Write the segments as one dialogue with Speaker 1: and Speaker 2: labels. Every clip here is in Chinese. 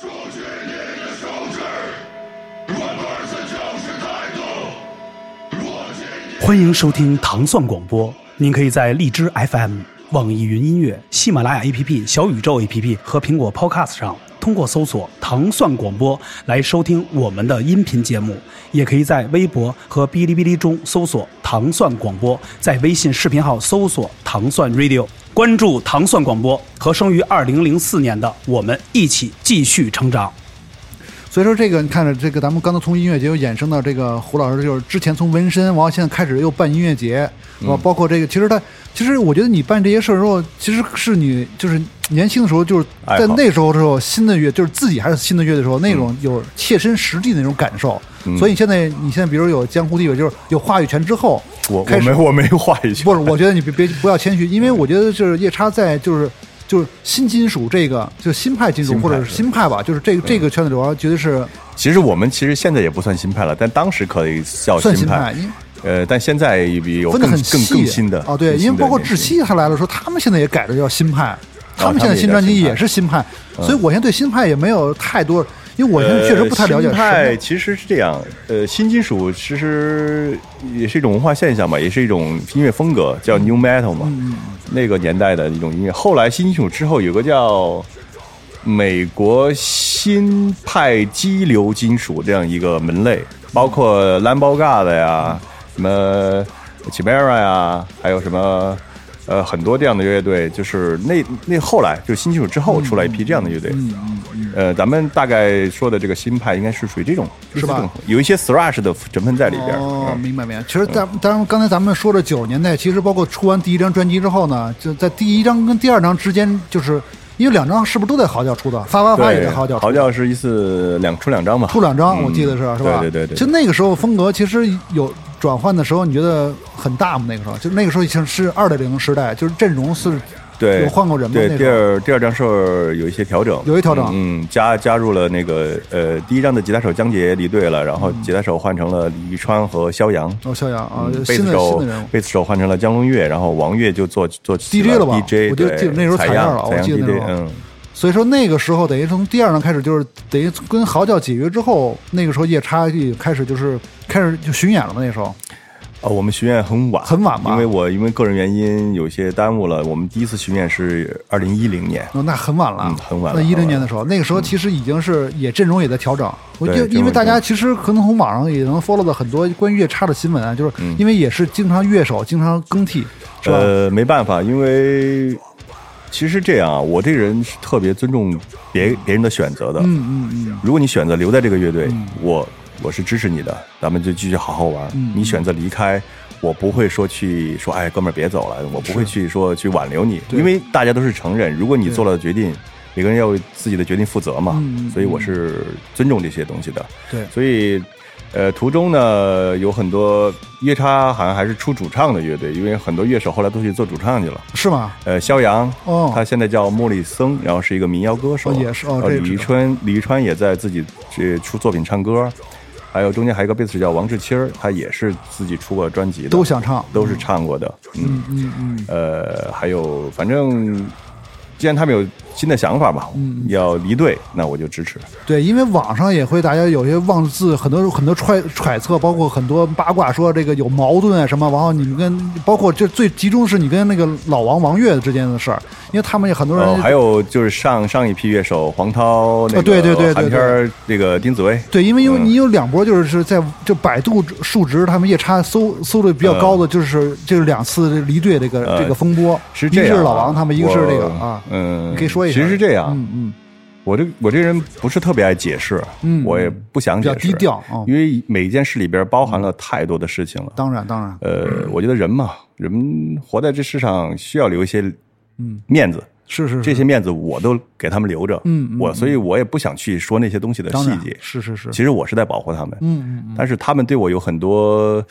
Speaker 1: 说出你的手指，我儿子就是态度。我今天
Speaker 2: 欢迎收听糖蒜广播，您可以在荔枝 FM、网易云音乐、喜马拉雅 APP、小宇宙 APP 和苹果 Podcast 上，通过搜索“糖蒜广播”来收听我们的音频节目，也可以在微博和哔哩哔哩中搜索“糖蒜广播”，在微信视频号搜索“糖蒜 Radio”，关注“糖蒜广播”，和生于二零零四年的我们一起继续成长。
Speaker 3: 所以说这个，你看着这个，咱们刚才从音乐节又衍生到这个胡老师，就是之前从纹身，完了现在开始又办音乐节，啊，包括这个，其实他，其实我觉得你办这些事儿之后，其实是你就是年轻的时候，就是
Speaker 4: 爱
Speaker 3: 在
Speaker 4: 好
Speaker 3: 那时候的时候，新的乐就是自己还是新的乐的时候，那种有切身实地的那种感受。所以你现在，你现在比如有江湖地位，就是有话语权之后，
Speaker 4: 我我
Speaker 3: 开始
Speaker 4: 没我没话语
Speaker 3: 不
Speaker 4: 权，
Speaker 3: 是，我觉得你别别不要谦虚，因为我觉得就是夜叉在就是就是新金属这个就新派金属
Speaker 4: 新派
Speaker 3: 或者是新派吧，就是这个这个圈子里边，绝对是
Speaker 4: 其实我们其实现在也不算新派了，但当时可以叫
Speaker 3: 算
Speaker 4: 新
Speaker 3: 派，因为
Speaker 4: 呃，但现在有
Speaker 3: 分
Speaker 4: 更
Speaker 3: 得
Speaker 4: 更
Speaker 3: 很细
Speaker 4: 更新的
Speaker 3: 哦，对，
Speaker 4: 更新的
Speaker 3: 因为包括
Speaker 4: 年
Speaker 3: 窒
Speaker 4: 轻
Speaker 3: 息他来了时候，他们现在也改了叫新派，他们
Speaker 4: 啊他
Speaker 3: 现
Speaker 4: 们
Speaker 3: 在
Speaker 4: 也
Speaker 3: 新
Speaker 4: 叫
Speaker 3: 专辑
Speaker 4: 新派嗯
Speaker 3: 也是新派，所以我现在对新派也没有太多，因为我现在确实不太了解什
Speaker 4: 呃、新派
Speaker 3: 么。
Speaker 4: 其实是这样，呃，新金属其实也是一种文化现象吧，也是一种音乐风格，
Speaker 3: 嗯
Speaker 4: 叫 New Metal 嘛，那个年代的一种音乐。后来新金属之后有个叫美国新派激流金属这样一个门类，包括 Lambogard 呀，什么 Chimera 呀，还有什么。呃，很多这样的乐队，就是那那后来就新金属之后出来一批这样的乐队，
Speaker 3: 嗯
Speaker 4: 呃，咱们大概说的这个新派应该是属于这种，
Speaker 3: 是吧
Speaker 4: 这种？有一些 thrash 的成分在里边儿。
Speaker 3: 哦，
Speaker 4: 嗯
Speaker 3: 明白明白。其实咱当然刚才咱们说了九十年代，其实包括出完第一张专辑之后呢，就在第一张跟第二张之间，就是因为两张是不是都在嚎叫出的？发发发也
Speaker 4: 对，
Speaker 3: 在嚎叫出
Speaker 4: 嚎
Speaker 3: 的。
Speaker 4: 叫是一次两出两张嘛，
Speaker 3: 出两张，
Speaker 4: 嗯
Speaker 3: 我记得是是吧？
Speaker 4: 对对对
Speaker 3: 就
Speaker 4: 对，
Speaker 3: 那个时候风格其实有转换的时候，你觉得很大吗？那个时候就那个时候已经是二点零时代，就是阵容是
Speaker 4: 对
Speaker 3: 有换过人吗？
Speaker 4: 对，
Speaker 3: 那
Speaker 4: 第
Speaker 3: 时候
Speaker 4: 二第二张是有一些调整，
Speaker 3: 有一调整
Speaker 4: 嗯，嗯加加入了那个呃，第一张的吉他手江杰离队了，然后吉他手换成了李宇川和肖阳。
Speaker 3: 哦，肖阳嗯啊，
Speaker 4: 嗯贝
Speaker 3: 新
Speaker 4: 斯
Speaker 3: 的新
Speaker 4: 手
Speaker 3: 的人物，
Speaker 4: 贝斯手换成了江龙月，然后王月就做做
Speaker 3: DJ 了吧
Speaker 4: ？DJ，
Speaker 3: 我就记得那时候采
Speaker 4: 采
Speaker 3: 样了
Speaker 4: 采
Speaker 3: 我
Speaker 4: 样
Speaker 3: 记得那
Speaker 4: DJ，
Speaker 3: 时候
Speaker 4: 嗯，
Speaker 3: 所以说那个时候等于从第二张开始，就是等于跟嚎叫解约之后，那个时候夜叉也开始就是开始就巡演了嘛。那时候
Speaker 4: 哦，我们巡演很晚，
Speaker 3: 很晚吧
Speaker 4: 因为我因为个人原因有些耽误了。我们第一次巡演是二零一零年，
Speaker 3: 哦，那很晚了，
Speaker 4: 嗯很晚了
Speaker 3: 那一
Speaker 4: 很
Speaker 3: 零
Speaker 4: 晚了
Speaker 3: 年的时候，那个时候其实已经是也阵容也在调整。我
Speaker 4: 对
Speaker 3: 就
Speaker 4: 阵容
Speaker 3: 因为大
Speaker 4: 也
Speaker 3: 家
Speaker 4: 在
Speaker 3: 其实可能从网上也能 follow 到很多关于乐叉的新闻啊，就是因为也是经常乐手经常更替，是吧？
Speaker 4: 嗯呃，没办法，因为其实这样啊，我这个人是特别尊重别别人的选择的。嗯嗯嗯，如果你选择留在这个乐队，我我是支持你的，咱们就继续好好玩。你选择离开。我不会说去说，哎，哥们儿别走了，我不会去说去挽留你，因为大家都是成人，如果你做了决定，每个人要为自己的决定负责嘛，所以我是尊重这些东西的。
Speaker 3: 对
Speaker 4: 所以呃，途中呢有很多夜叉，好像还是出主唱的乐队，因为很多乐手后来都去做主唱去了。
Speaker 3: 是吗？
Speaker 4: 呃，肖阳，
Speaker 3: 哦
Speaker 4: 他现在叫莫里森，然后是一个民谣歌手，
Speaker 3: 哦也是哦
Speaker 4: 然后
Speaker 3: 这个
Speaker 4: 李
Speaker 3: 知
Speaker 4: 宇
Speaker 3: 道
Speaker 4: 春，李宇川也在自己这出作品唱歌，还有中间还有一个贝斯手叫王志清儿，他也是自己出过专辑的，
Speaker 3: 都想唱
Speaker 4: 都是唱过的，嗯嗯嗯，呃，还有反正。既然他们有新的想法吧，
Speaker 3: 嗯
Speaker 4: 要离队，那我就支持。
Speaker 3: 对，因为网上也会大家有些妄自很多很多揣揣测，包括很多八卦说这个有矛盾啊什么，然后你们跟包括这最集中是你跟那个老王王岳之间的事儿，因为他们也很多人、
Speaker 4: 哦，还有就是上上一批乐手黄涛，那个、
Speaker 3: 啊对对对对
Speaker 4: 韩片儿那个丁子薇，
Speaker 3: 对，因为因为
Speaker 4: 嗯
Speaker 3: 你有两波，就是是在就百度数值他们夜叉搜搜的比较高的，
Speaker 4: 嗯
Speaker 3: 就是就是两次离队这个、
Speaker 4: 呃
Speaker 3: 这个风波，
Speaker 4: 是
Speaker 3: 一个
Speaker 4: 这样啊、
Speaker 3: 是老王他们，一个是
Speaker 4: 我
Speaker 3: 这个啊，
Speaker 4: 嗯，
Speaker 3: 你可以说一下
Speaker 4: 其实是这样，
Speaker 3: 嗯嗯，
Speaker 4: 我这我这人不是特别爱解释，
Speaker 3: 嗯
Speaker 4: 我也不想
Speaker 3: 比
Speaker 4: 解
Speaker 3: 较
Speaker 4: 释，
Speaker 3: 低调啊、
Speaker 4: 因为每一件事里边包含了太多的事情了。
Speaker 3: 当然当然，
Speaker 4: 呃，我觉得人嘛，人活在这世上需要留一些
Speaker 3: 嗯
Speaker 4: 面子，
Speaker 3: 是是是
Speaker 4: 这些面子我都给他们留着，
Speaker 3: 嗯嗯
Speaker 4: 我所以我也不想去说那些东西的
Speaker 3: 当
Speaker 4: 细
Speaker 3: 然
Speaker 4: 节，
Speaker 3: 是是是，
Speaker 4: 其实我是在保护他们，
Speaker 3: 嗯嗯嗯，
Speaker 4: 但是他们对我有很多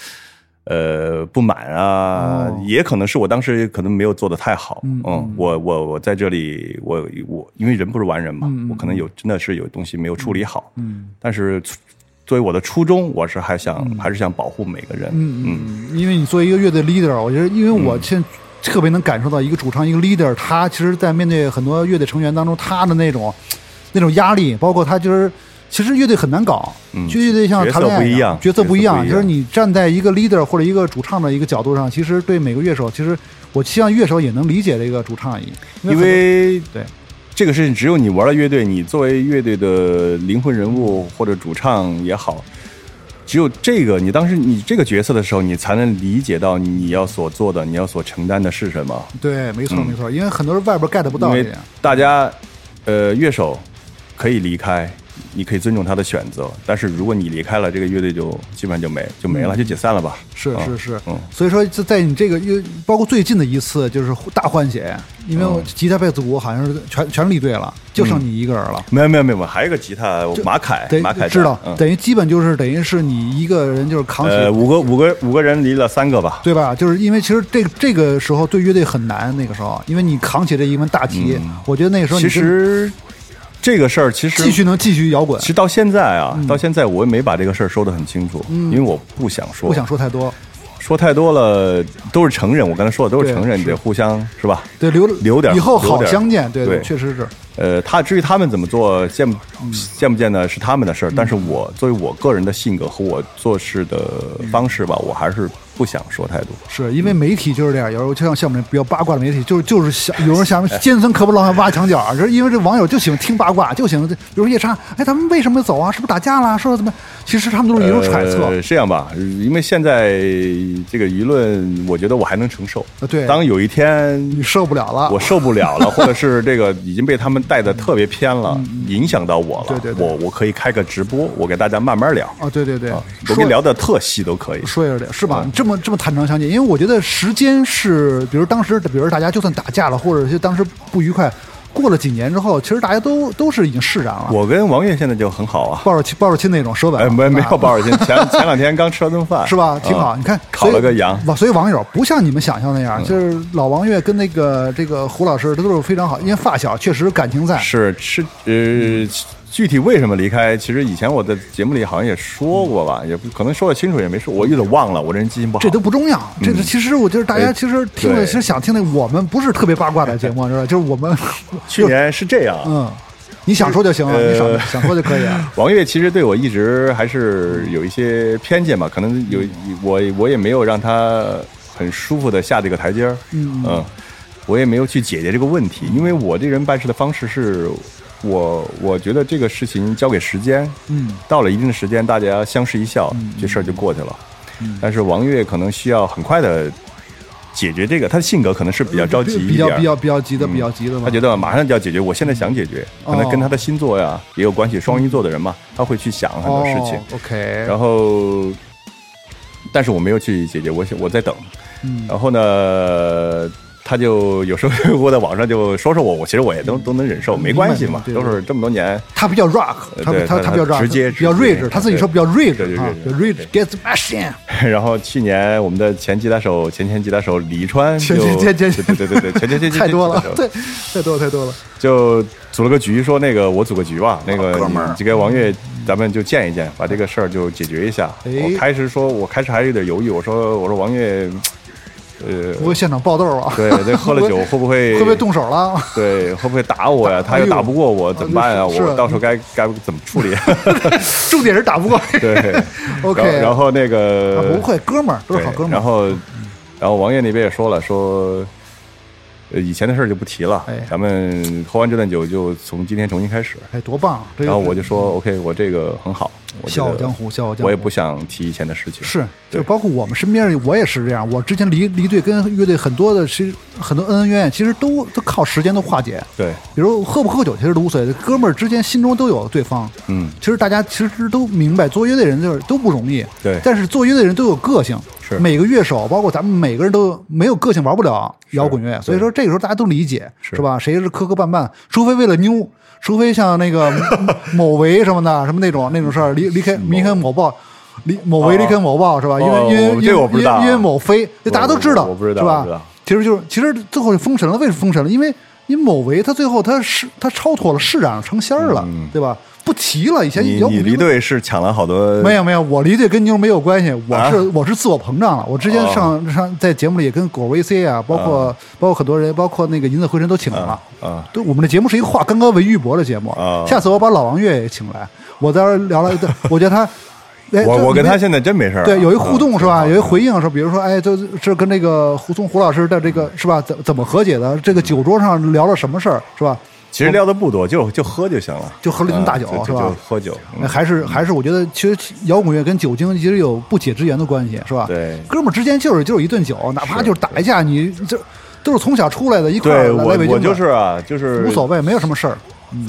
Speaker 4: 呃不满啊，
Speaker 3: 哦
Speaker 4: 也可能是我当时可能没有做的太好，
Speaker 3: 嗯
Speaker 4: 我我我在这里，我我因为人不是完人嘛，
Speaker 3: 嗯嗯
Speaker 4: 我可能有真的是有东西没有处理好，
Speaker 3: 嗯
Speaker 4: 但是出作为我的初衷，我是还想、还是想保护每个人，
Speaker 3: 嗯嗯嗯，因为你作为一个乐队 leader，我觉得因为
Speaker 4: 嗯
Speaker 3: 我现在特别能感受到一个主唱一个 leader，他其实在面对很多乐队成员当中，他的那种。那种压力，包括他就是。其实乐队很难搞，
Speaker 4: 嗯
Speaker 3: 就乐队像
Speaker 4: 角色
Speaker 3: 谈恋爱
Speaker 4: 不一样
Speaker 3: 角色不一
Speaker 4: 角色
Speaker 3: 样。
Speaker 4: 不一样
Speaker 3: 就是你站在一个 leader 或者一个主唱的一个角度上，其实对每个乐手，其实我希望乐手也能理解这个主唱一，
Speaker 4: 因为
Speaker 3: 对
Speaker 4: 这个事情只有你玩了乐队，你作为乐队的灵魂人物或者主唱也好，只有这个你当时你这个角色的时候，你才能理解到你要所做的、你要所承担的是什么。
Speaker 3: 对，没错
Speaker 4: 嗯
Speaker 3: 没错，因为很多人外边 get 不
Speaker 4: 因
Speaker 3: 到这
Speaker 4: 为
Speaker 3: 点。
Speaker 4: 大家，呃，乐手可以离开，你可以尊重他的选择，但是如果你离开了，这个乐队就基本上就没就没了，就解散了吧。
Speaker 3: 嗯是
Speaker 4: 啊
Speaker 3: 是是
Speaker 4: 嗯，
Speaker 3: 所以说就在你这个又包括最近的一次就是大换血，因为我
Speaker 4: 嗯
Speaker 3: 吉他贝斯鼓好像是全全离队了，就剩你一个人了。
Speaker 4: 没有没有没有，还有一个吉他马凯
Speaker 3: 对，
Speaker 4: 马凯在
Speaker 3: 知道，
Speaker 4: 嗯
Speaker 3: 等于基本就是等于是你一个人就是扛起，
Speaker 4: 呃，五个五个五个人离了三个吧，
Speaker 3: 对吧？就是因为其实这个这个时候对乐队很难，那个时候，因为你扛起这一门大旗，我觉得那个时候你
Speaker 4: 嗯其
Speaker 3: 真
Speaker 4: 实这个事儿其实
Speaker 3: 继续嗯能继续摇滚
Speaker 4: 其，实到现在啊，到现在我也没把这个事儿说得很清楚，因为我不想说，
Speaker 3: 嗯不想说太多。
Speaker 4: 说太多了，都是承认。我刚才说的都是
Speaker 3: 对
Speaker 4: 承认，
Speaker 3: 是
Speaker 4: 得互相是吧？
Speaker 3: 对，留
Speaker 4: 留点儿
Speaker 3: 以后
Speaker 4: 留
Speaker 3: 好
Speaker 4: 点儿
Speaker 3: 相见。对
Speaker 4: 对
Speaker 3: 确实是。
Speaker 4: 呃，他至于他们怎么做，见不
Speaker 3: 嗯
Speaker 4: 见不见呢，是他们的事儿。但是我作为我个人的性格和我做事的
Speaker 3: 嗯
Speaker 4: 方式吧，我还是不想说太多。
Speaker 3: 是因为
Speaker 4: 嗯
Speaker 3: 媒体就是这样，有时候就像像我们这比较八卦的媒体，就是就是想有人想尖酸刻薄，老想挖墙角，就是因为这网友就喜欢听八卦，就喜欢这比如说夜叉，哎，他们为什么走啊？是不是打架啦？说怎么？其实他们都是一种揣测。
Speaker 4: 呃是这样吧，因为现在这个舆论，我觉得我还能承受
Speaker 3: 呃。对
Speaker 4: 当有一天
Speaker 3: 你受不了了，
Speaker 4: 我受不了了，或者是这个已经被他们带的特别偏了，影响到我了。
Speaker 3: 嗯对对对
Speaker 4: 我我可以开个直播，我给大家慢慢聊，
Speaker 3: 啊，对对对，
Speaker 4: 啊我
Speaker 3: 说
Speaker 4: 跟你聊的特细都可以。
Speaker 3: 说也是的，是吧？
Speaker 4: 嗯
Speaker 3: 你这么这么坦诚相见，因为我觉得时间是，比如当时，比如大家就算打架了，或者是当时不愉快，过了几年之后，其实大家都都是已经释然了，
Speaker 4: 我跟王悦现在就很好啊，
Speaker 3: 抱着亲抱着亲那种手
Speaker 4: 哎，
Speaker 3: 感，
Speaker 4: 没没
Speaker 3: 啊
Speaker 4: 有鲍尔金，前 前两天刚吃了顿饭，
Speaker 3: 是吧？挺好，
Speaker 4: 嗯
Speaker 3: 你看
Speaker 4: 烤了个羊。嗯
Speaker 3: 所以所以网友不像你们想象那样，就是老王月跟那个这个胡老师，这都是非常好，因为发小确实感情在，
Speaker 4: 是是呃，具体为什么离开？其实以前我在节目里好像也说过吧，也不可能说的清楚，也没说，我有点忘了，我这人记性不好。
Speaker 3: 这都不重要。这
Speaker 4: 嗯
Speaker 3: 其实我觉得大家
Speaker 4: 哎
Speaker 3: 其实听了，
Speaker 4: 对
Speaker 3: 其实想听的，我们不是特别八卦的节 目，知道吧？就是我们
Speaker 4: 去年是这样，
Speaker 3: 嗯，你想说就行了，
Speaker 4: 呃
Speaker 3: 你想想说就可以啊了。
Speaker 4: 王悦其实对我一直还是有一些偏见吧，可能有我我也没有让他很舒服的下这个台阶儿，嗯我也没有去解决这个问题，因为我这人办事的方式是。我我觉得这个事情交给时间，
Speaker 3: 嗯，
Speaker 4: 到了一定的时间，大家相视一笑，这事儿就过去了。
Speaker 3: 嗯
Speaker 4: 但是王悦可能需要很快的解决这个，他的性格可能 是比较着急一
Speaker 3: 嗯比
Speaker 4: 点
Speaker 3: 较
Speaker 4: 儿，
Speaker 3: 比较比较急的，
Speaker 4: 嗯
Speaker 3: 比较急的吧。
Speaker 4: 他觉得马上就要解决，我现在想解决，可能跟他的星座呀也有关系，双鱼座的人嘛，他会去想很多事情
Speaker 3: 哦，、OK，
Speaker 4: 然后，但是我没有去解决，我想我在等，
Speaker 3: 嗯
Speaker 4: 然后呢。他就有时候会在网上就说说我，我其实我也都都能忍受，没关系嘛，
Speaker 3: 明白
Speaker 4: 都是这么多年，
Speaker 3: 他比较 rock，
Speaker 4: 呃
Speaker 3: 他
Speaker 4: 对
Speaker 3: 他
Speaker 4: 他
Speaker 3: 他比较
Speaker 4: 他
Speaker 3: rock，
Speaker 4: 直接
Speaker 3: 比较睿
Speaker 4: 直
Speaker 3: 智，
Speaker 4: 接
Speaker 3: 他自己说比较睿智
Speaker 4: 对对
Speaker 3: 啊，
Speaker 4: 对
Speaker 3: 睿智 get the machine。
Speaker 4: 然后去年我们的前吉他手、前前吉他手李川就，
Speaker 3: 前前前前
Speaker 4: 对对对对，前前前前
Speaker 3: 太多了
Speaker 4: 前吉他，手
Speaker 3: 对，太多了太多了。
Speaker 4: 就组了个局，说那个我组个局吧，那个
Speaker 3: 啊哥们儿
Speaker 4: 你就跟王悦咱们就见一见，把这个事儿就解决一下。
Speaker 3: 哎
Speaker 4: 我开始说，我开始还有点犹豫，我说我说王悦，呃，
Speaker 3: 不会现场爆豆啊？
Speaker 4: 对对，喝了酒
Speaker 3: 会
Speaker 4: 会不会
Speaker 3: 会不会动手 了？
Speaker 4: 对，会不会打我呀？
Speaker 3: 打
Speaker 4: 他又打不过我，
Speaker 3: 呦
Speaker 4: 怎么办呀？
Speaker 3: 啊就是
Speaker 4: 我
Speaker 3: 是
Speaker 4: 到时候该该怎么 处理？
Speaker 3: 重点是打不过。
Speaker 4: 对
Speaker 3: OK
Speaker 4: 然后然后那
Speaker 3: 啊
Speaker 4: 个
Speaker 3: 不会，哥们儿都
Speaker 4: 对，
Speaker 3: 是好哥们儿。
Speaker 4: 然后，然后王爷那边也说了，说，呃，以前的事儿就不提了，
Speaker 3: 哎
Speaker 4: 咱们喝完这顿酒就从今天重新开始。
Speaker 3: 哎，多棒！这个
Speaker 4: 然后我就说，OK，我这个很好，我觉
Speaker 3: 笑
Speaker 4: 得
Speaker 3: 傲江湖，笑傲江湖。
Speaker 4: 我也不想提以前的事情。
Speaker 3: 是，就
Speaker 4: 对
Speaker 3: 包括我们身边，我也是这样。我之前离离队跟乐队很多的，其实很多恩恩怨怨，其实都都靠时间都化解。
Speaker 4: 对，
Speaker 3: 比如喝不喝酒其实都无所谓，哥们儿之间心中都有对方。
Speaker 4: 嗯
Speaker 3: 其实大家其实都明白，做乐队人就是都不容易。
Speaker 4: 对
Speaker 3: 但是做乐队人都有个性，
Speaker 4: 是
Speaker 3: 每个乐手，包括咱们每个人都有没有个性玩不了摇滚乐，所以说这个时候大家都理解，是吧？谁是磕磕绊绊，除非为了妞，除非像那 个某维什么的，什么那种那种事儿，离离开离开某报。离某维离开某报是吧？因为
Speaker 4: 哦
Speaker 3: 因为
Speaker 4: 这
Speaker 3: 因
Speaker 4: 个我
Speaker 3: 为
Speaker 4: 不知道啊
Speaker 3: 因为某飞，这大家都知道，
Speaker 4: 我我不知道
Speaker 3: 是
Speaker 4: 我不知
Speaker 3: 吧
Speaker 4: 道？
Speaker 3: 其实就是，其实最后是封神了。为什么封神了？因为因为某维他最后他是他超脱了，释然成仙儿了，对吧？不提了。以前
Speaker 4: 嗯你
Speaker 3: 摇滚
Speaker 4: 你
Speaker 3: 乐
Speaker 4: 离队是抢了好多，
Speaker 3: 哎没有没有，我离队跟妞没有关系，我是、
Speaker 4: 啊
Speaker 3: 我是自我膨胀了。我之前
Speaker 4: 哦
Speaker 3: 上、上在节目里也跟果 VC 啊，包括、包括很多人，包括那个银子回神都请来了。
Speaker 4: 啊
Speaker 3: 对，我们的节目是一个化干戈为玉帛的节目。
Speaker 4: 啊
Speaker 3: 下次我把老王月也请来，我在这儿聊聊。对我 觉得他，哎
Speaker 4: 我
Speaker 3: 这
Speaker 4: 我跟
Speaker 3: 没
Speaker 4: 他现在真没事儿啊。
Speaker 3: 对，有一互动是吧？
Speaker 4: 嗯
Speaker 3: 有一回应是，比如说，哎，这这跟那个胡松胡老师的这个是吧？怎怎么和解的？这
Speaker 4: 嗯
Speaker 3: 个酒桌上聊了什么事儿是吧？
Speaker 4: 其实聊的不多，就就喝就行了，
Speaker 3: 就喝了一
Speaker 4: 嗯
Speaker 3: 瓶大酒
Speaker 4: 就是就
Speaker 3: 吧哎
Speaker 4: 就喝酒，嗯
Speaker 3: 还是还是我觉得，其实摇滚乐跟酒精其实有不解之缘的关系，是吧？
Speaker 4: 对
Speaker 3: 哥们儿之间就是就是一顿酒，哪怕就是打一架，你这都是从小出来的，一块
Speaker 4: 对
Speaker 3: 儿来
Speaker 4: 我
Speaker 3: 来北京
Speaker 4: 我
Speaker 3: 的
Speaker 4: 就是啊，就是
Speaker 3: 无所，谓，没有什么事儿，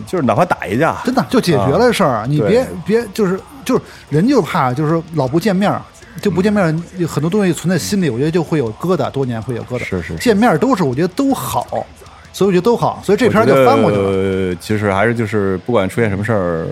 Speaker 4: 就是哪怕打一架，
Speaker 3: 真的就解决了这事儿。啊你
Speaker 4: 啊对
Speaker 3: 别别就是就是人就怕就是老不见面儿。就不见面儿，很多东西存在心里，我觉得就会有疙瘩，多年会有疙瘩。
Speaker 4: 是是是
Speaker 3: 见面儿都是我觉得都好，所以我觉得都好，所以这
Speaker 4: 我
Speaker 3: 片
Speaker 4: 觉
Speaker 3: 儿就
Speaker 4: 得
Speaker 3: 翻过去了。
Speaker 4: 呃，其实还是就是不管出现什么事儿，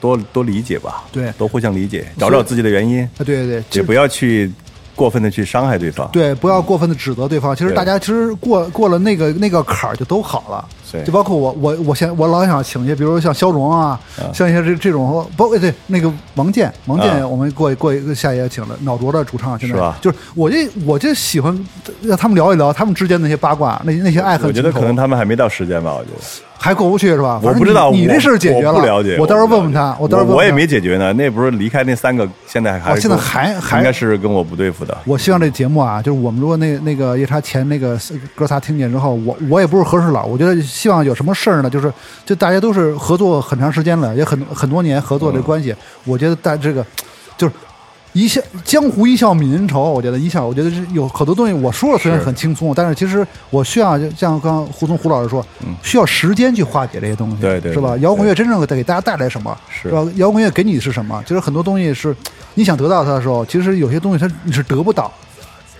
Speaker 4: 多多理解吧，
Speaker 3: 对
Speaker 4: 多互相理解，找找自己的原因，
Speaker 3: 啊，对对对，
Speaker 4: 也不要去过分的去伤害对方。
Speaker 3: 对，不要过分的指责对方。其实
Speaker 4: 对
Speaker 3: 大家其实过过了那个那个坎儿就都好了。
Speaker 4: 对
Speaker 3: 就包括我我我现我老想请一些，比如说像肖荣啊，像一些这这种，包括对那个王健，王
Speaker 4: 啊
Speaker 3: 健我们过过一个下一个请了脑浊的主唱，现在
Speaker 4: 是吧
Speaker 3: 就是我这我就喜欢让他们聊一聊他们之间那些八卦，那那些爱恨
Speaker 4: 我
Speaker 3: 情
Speaker 4: 觉得
Speaker 3: 仇
Speaker 4: 可能他们还没到时间吧，我觉得。
Speaker 3: 还过不去是吧？
Speaker 4: 我
Speaker 3: 反正
Speaker 4: 不知道，
Speaker 3: 你你
Speaker 4: 我
Speaker 3: 这事儿解决了，
Speaker 4: 我不了解。
Speaker 3: 我到时候
Speaker 4: 不了
Speaker 3: 问问
Speaker 4: 解
Speaker 3: 他，
Speaker 4: 我
Speaker 3: 到时候问问
Speaker 4: 我也
Speaker 3: 他
Speaker 4: 没解决呢，那不是离开那三个，现在还
Speaker 3: 哦现在
Speaker 4: 跟我
Speaker 3: 还还
Speaker 4: 应该是跟我不对付的。
Speaker 3: 我希望这节目啊，就是我们如果那那个夜叉前那个哥仨听见之后，我我也不是和事佬，我觉得希望有什么事儿呢，就是就大家都是合作很长时间了，也很很多年合作
Speaker 4: 嗯
Speaker 3: 这关系，我觉得大这个就是一笑江湖一笑泯恩仇，我觉得一笑，我觉得是有好多东西我说了虽然
Speaker 4: 是
Speaker 3: 很轻松，但是其实我需要就像刚刚胡松胡老师说，需要时间去化解这些东西，
Speaker 4: 嗯对对
Speaker 3: 是吧？
Speaker 4: 对
Speaker 3: 摇滚乐真正给大家带来什么，
Speaker 4: 是
Speaker 3: 吧？摇滚乐给你的是什么？就是很多东西是你想得到它的时候，其实有些东西它你是得不到，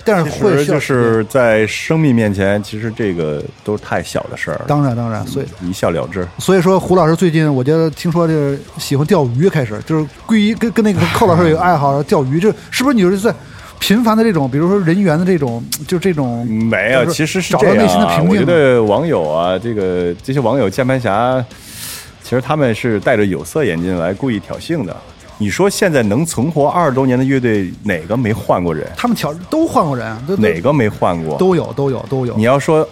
Speaker 3: 但是
Speaker 4: 其
Speaker 3: 会
Speaker 4: 实
Speaker 3: 需要
Speaker 4: 就
Speaker 3: 时间
Speaker 4: 是在生命面前，其实这个都是太小的事儿了，
Speaker 3: 当然当然，所以
Speaker 4: 一笑了之。
Speaker 3: 所以说胡老师最近我觉得听说就是喜欢钓鱼，开始就是归于跟跟 那个寇老师有一个爱好钓鱼，这是不是你就是在频繁的这种，比如说人员的这种，就这种
Speaker 4: 没有，
Speaker 3: 就是
Speaker 4: 其实是
Speaker 3: 找
Speaker 4: 这
Speaker 3: 到内
Speaker 4: 样
Speaker 3: 心的
Speaker 4: 啊
Speaker 3: 平
Speaker 4: 我觉
Speaker 3: 静。
Speaker 4: 得网友啊，这个这些网友键盘侠，其实他们是戴着有色眼镜来故意挑衅的。你说现在能存活二十多年的乐队，哪个没换过人？
Speaker 3: 他们瞧都换过人，都都
Speaker 4: 哪个没换过？
Speaker 3: 都有都有都有
Speaker 4: 你，要说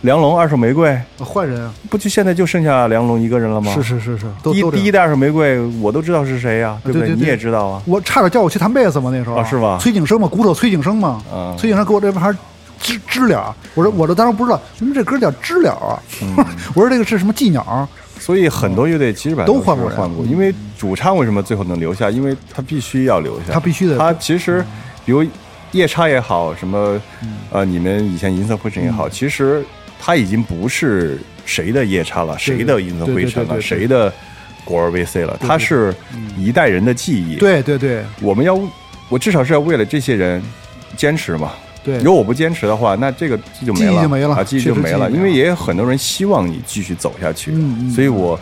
Speaker 4: 梁龙二手玫瑰，
Speaker 3: 换人啊
Speaker 4: 不就现在就剩下梁龙一个人了吗？
Speaker 3: 是是是是，都
Speaker 4: 第
Speaker 3: 都这
Speaker 4: 第一
Speaker 3: 样。
Speaker 4: 代二手玫瑰，我都知道是谁呀、啊对不
Speaker 3: 对对对
Speaker 4: 你也知道啊。
Speaker 3: 我差点叫我去弹贝斯嘛，那时候
Speaker 4: 啊是吗
Speaker 3: 崔景生嘛，鼓手崔景生嘛
Speaker 4: 啊，嗯
Speaker 3: 崔景生给我这盘知知了，我说我这当时不知道，什么这歌叫知了啊？ 我说这个是什么寄鸟？啊
Speaker 4: 所以很多乐队其实版
Speaker 3: 都换过人
Speaker 4: 嗯换过，嗯因为主唱为什么最后能留下？因为他必须嗯要留下，
Speaker 3: 他必须得
Speaker 4: 他其实，比如夜叉也好，什么呃，你们以前银色灰尘也好，其实他已经不是谁的夜叉了，谁的银色灰
Speaker 3: 对对对对
Speaker 4: 尘了，
Speaker 3: 对
Speaker 4: 谁的果儿 VC 了，他是一代人的记忆。，
Speaker 3: 对对对
Speaker 4: 我们要，我至少是要为了这些人坚持嘛。
Speaker 3: 对，
Speaker 4: 如果我不坚持的话，那这个记忆就没了，
Speaker 3: 记忆就没了
Speaker 4: 啊，记忆就没
Speaker 3: 确实记忆没
Speaker 4: 了。
Speaker 3: 了
Speaker 4: 因为也有很多人希望你继续走下去，
Speaker 3: 嗯嗯
Speaker 4: 所以我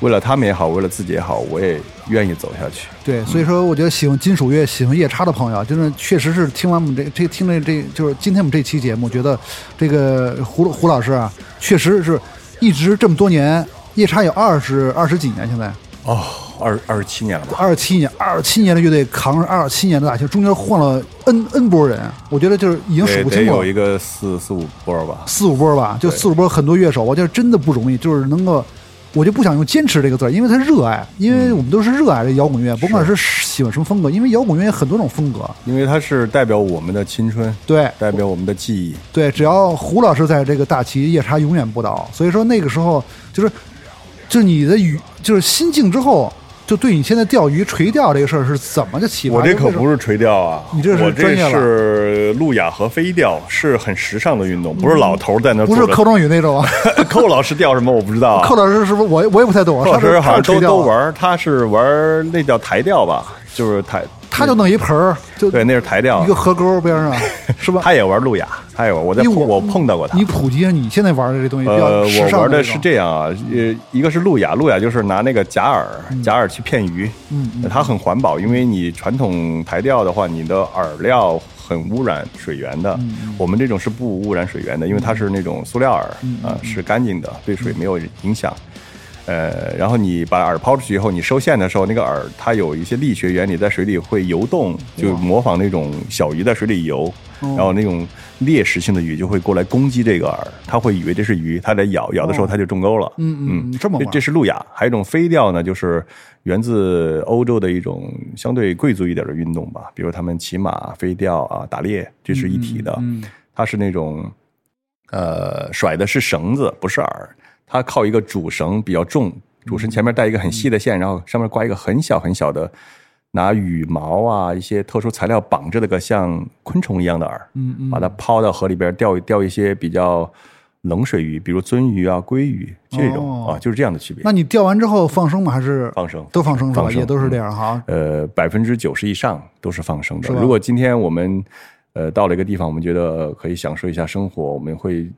Speaker 4: 为了他们也好，为了自己也好，我也愿意走下去。
Speaker 3: 对，所以说我觉得喜欢金属乐、喜欢夜叉的朋友啊，真的确实是听完我们这这听了这就是今天我们这期节目，觉得这个胡胡老师啊，确实是一直这么多年，夜叉有二十二十几年，现在
Speaker 4: 哦，二二十七年了吧？
Speaker 3: 二十七年，二十七年的乐队扛着二十七年的大旗，中间换了 n n 波人，我觉得就是已经数
Speaker 4: 得
Speaker 3: 不
Speaker 4: 得
Speaker 3: 清啊
Speaker 4: 有一
Speaker 3: 了，
Speaker 4: 个四四五波儿吧？
Speaker 3: 四五波吧，就四五波很多乐手，我觉得真的不容易，就是能够。我就不想用坚持这个字儿，因为他热爱，因为我们都是热爱这摇滚
Speaker 4: 嗯
Speaker 3: 乐，甭管是喜欢什么风格，因为摇滚乐有很多种风格，
Speaker 4: 因为它是代表我们的青春，
Speaker 3: 对
Speaker 4: 代表我们的记忆。
Speaker 3: 对，只要胡老师在这个大旗，夜叉永远不倒。所以说那个时候就是，就是你的语就是心境之后，就对你现在钓鱼垂钓这个事儿是怎么个启发？
Speaker 4: 我这可不
Speaker 3: 是
Speaker 4: 是垂钓啊，
Speaker 3: 你这是
Speaker 4: 我
Speaker 3: 专
Speaker 4: 这
Speaker 3: 业了
Speaker 4: 是路亚和飞钓，是很时尚的运动，不是老头儿在那
Speaker 3: 不是
Speaker 4: 坐着
Speaker 3: 寇庄宇那种啊，
Speaker 4: 寇老师钓什么我不知道啊。
Speaker 3: 寇老师是不是我也我也不太懂啊？
Speaker 4: 老师好
Speaker 3: 他
Speaker 4: 像
Speaker 3: 是垂
Speaker 4: 都
Speaker 3: 钓
Speaker 4: 都
Speaker 3: 啊，
Speaker 4: 玩儿，他是玩儿那叫台钓吧，就是台，
Speaker 3: 他就弄一盆儿，就
Speaker 4: 对，那是台钓
Speaker 3: 一个，河沟边 上，啊是吧？
Speaker 4: 他也玩路亚，他也玩，我在
Speaker 3: 因为
Speaker 4: 我碰到过他
Speaker 3: 你。普及一下你现在玩的这东西比
Speaker 4: 呃，
Speaker 3: 较时
Speaker 4: 我
Speaker 3: 尚
Speaker 4: 玩的
Speaker 3: 那
Speaker 4: 是
Speaker 3: 种
Speaker 4: 这样啊，呃，一个是路亚，路亚就是拿那个假饵，假饵去骗鱼，嗯，它很环保，因为你传统台钓的话，你的饵料很污染水源的，
Speaker 3: 嗯
Speaker 4: 我们这种是不
Speaker 3: 嗯
Speaker 4: 污染水源的，因为它是那种塑料饵啊，是干净的，对水没有影响。呃呃，然后你把饵抛出去以后，你收线的时候，那个饵它有一些力学原理，在水里会游动，就模仿那种小鱼在水里游，
Speaker 3: 哦
Speaker 4: 然后那种猎食性的鱼就会过来攻击这个饵，它会以为这是鱼，它来咬，咬的时候它就中钩了。
Speaker 3: 嗯嗯，这么
Speaker 4: 这
Speaker 3: 玩
Speaker 4: 这是路亚，还有一种飞钓呢，就是源自欧洲的一种相对贵族一点的运动吧，比如他们骑马、飞钓啊、打猎，这是一体的。
Speaker 3: 嗯
Speaker 4: 它是那种呃甩的是绳子，不是饵，它靠一个主绳比较重，主绳前面带一个很细的线，然后上面挂一个很小很小的。拿羽毛啊，一些特殊材料绑着的个像昆虫一样的饵，嗯嗯，把它抛到河里边钓钓一些比较冷水鱼，比如鳟鱼啊、鲑鱼这种、
Speaker 3: 哦
Speaker 4: 啊，就是这样的区别。
Speaker 3: 那你钓完之后放生吗？还是
Speaker 4: 放生
Speaker 3: 都放生是吧？
Speaker 4: 放生嗯
Speaker 3: 也都是这样哈。
Speaker 4: 呃，百分之九十以上都是放生
Speaker 3: 是
Speaker 4: 的。
Speaker 3: 吧
Speaker 4: 如果今天我们呃到了一个地方，我们觉得可以享受一下生活，我们会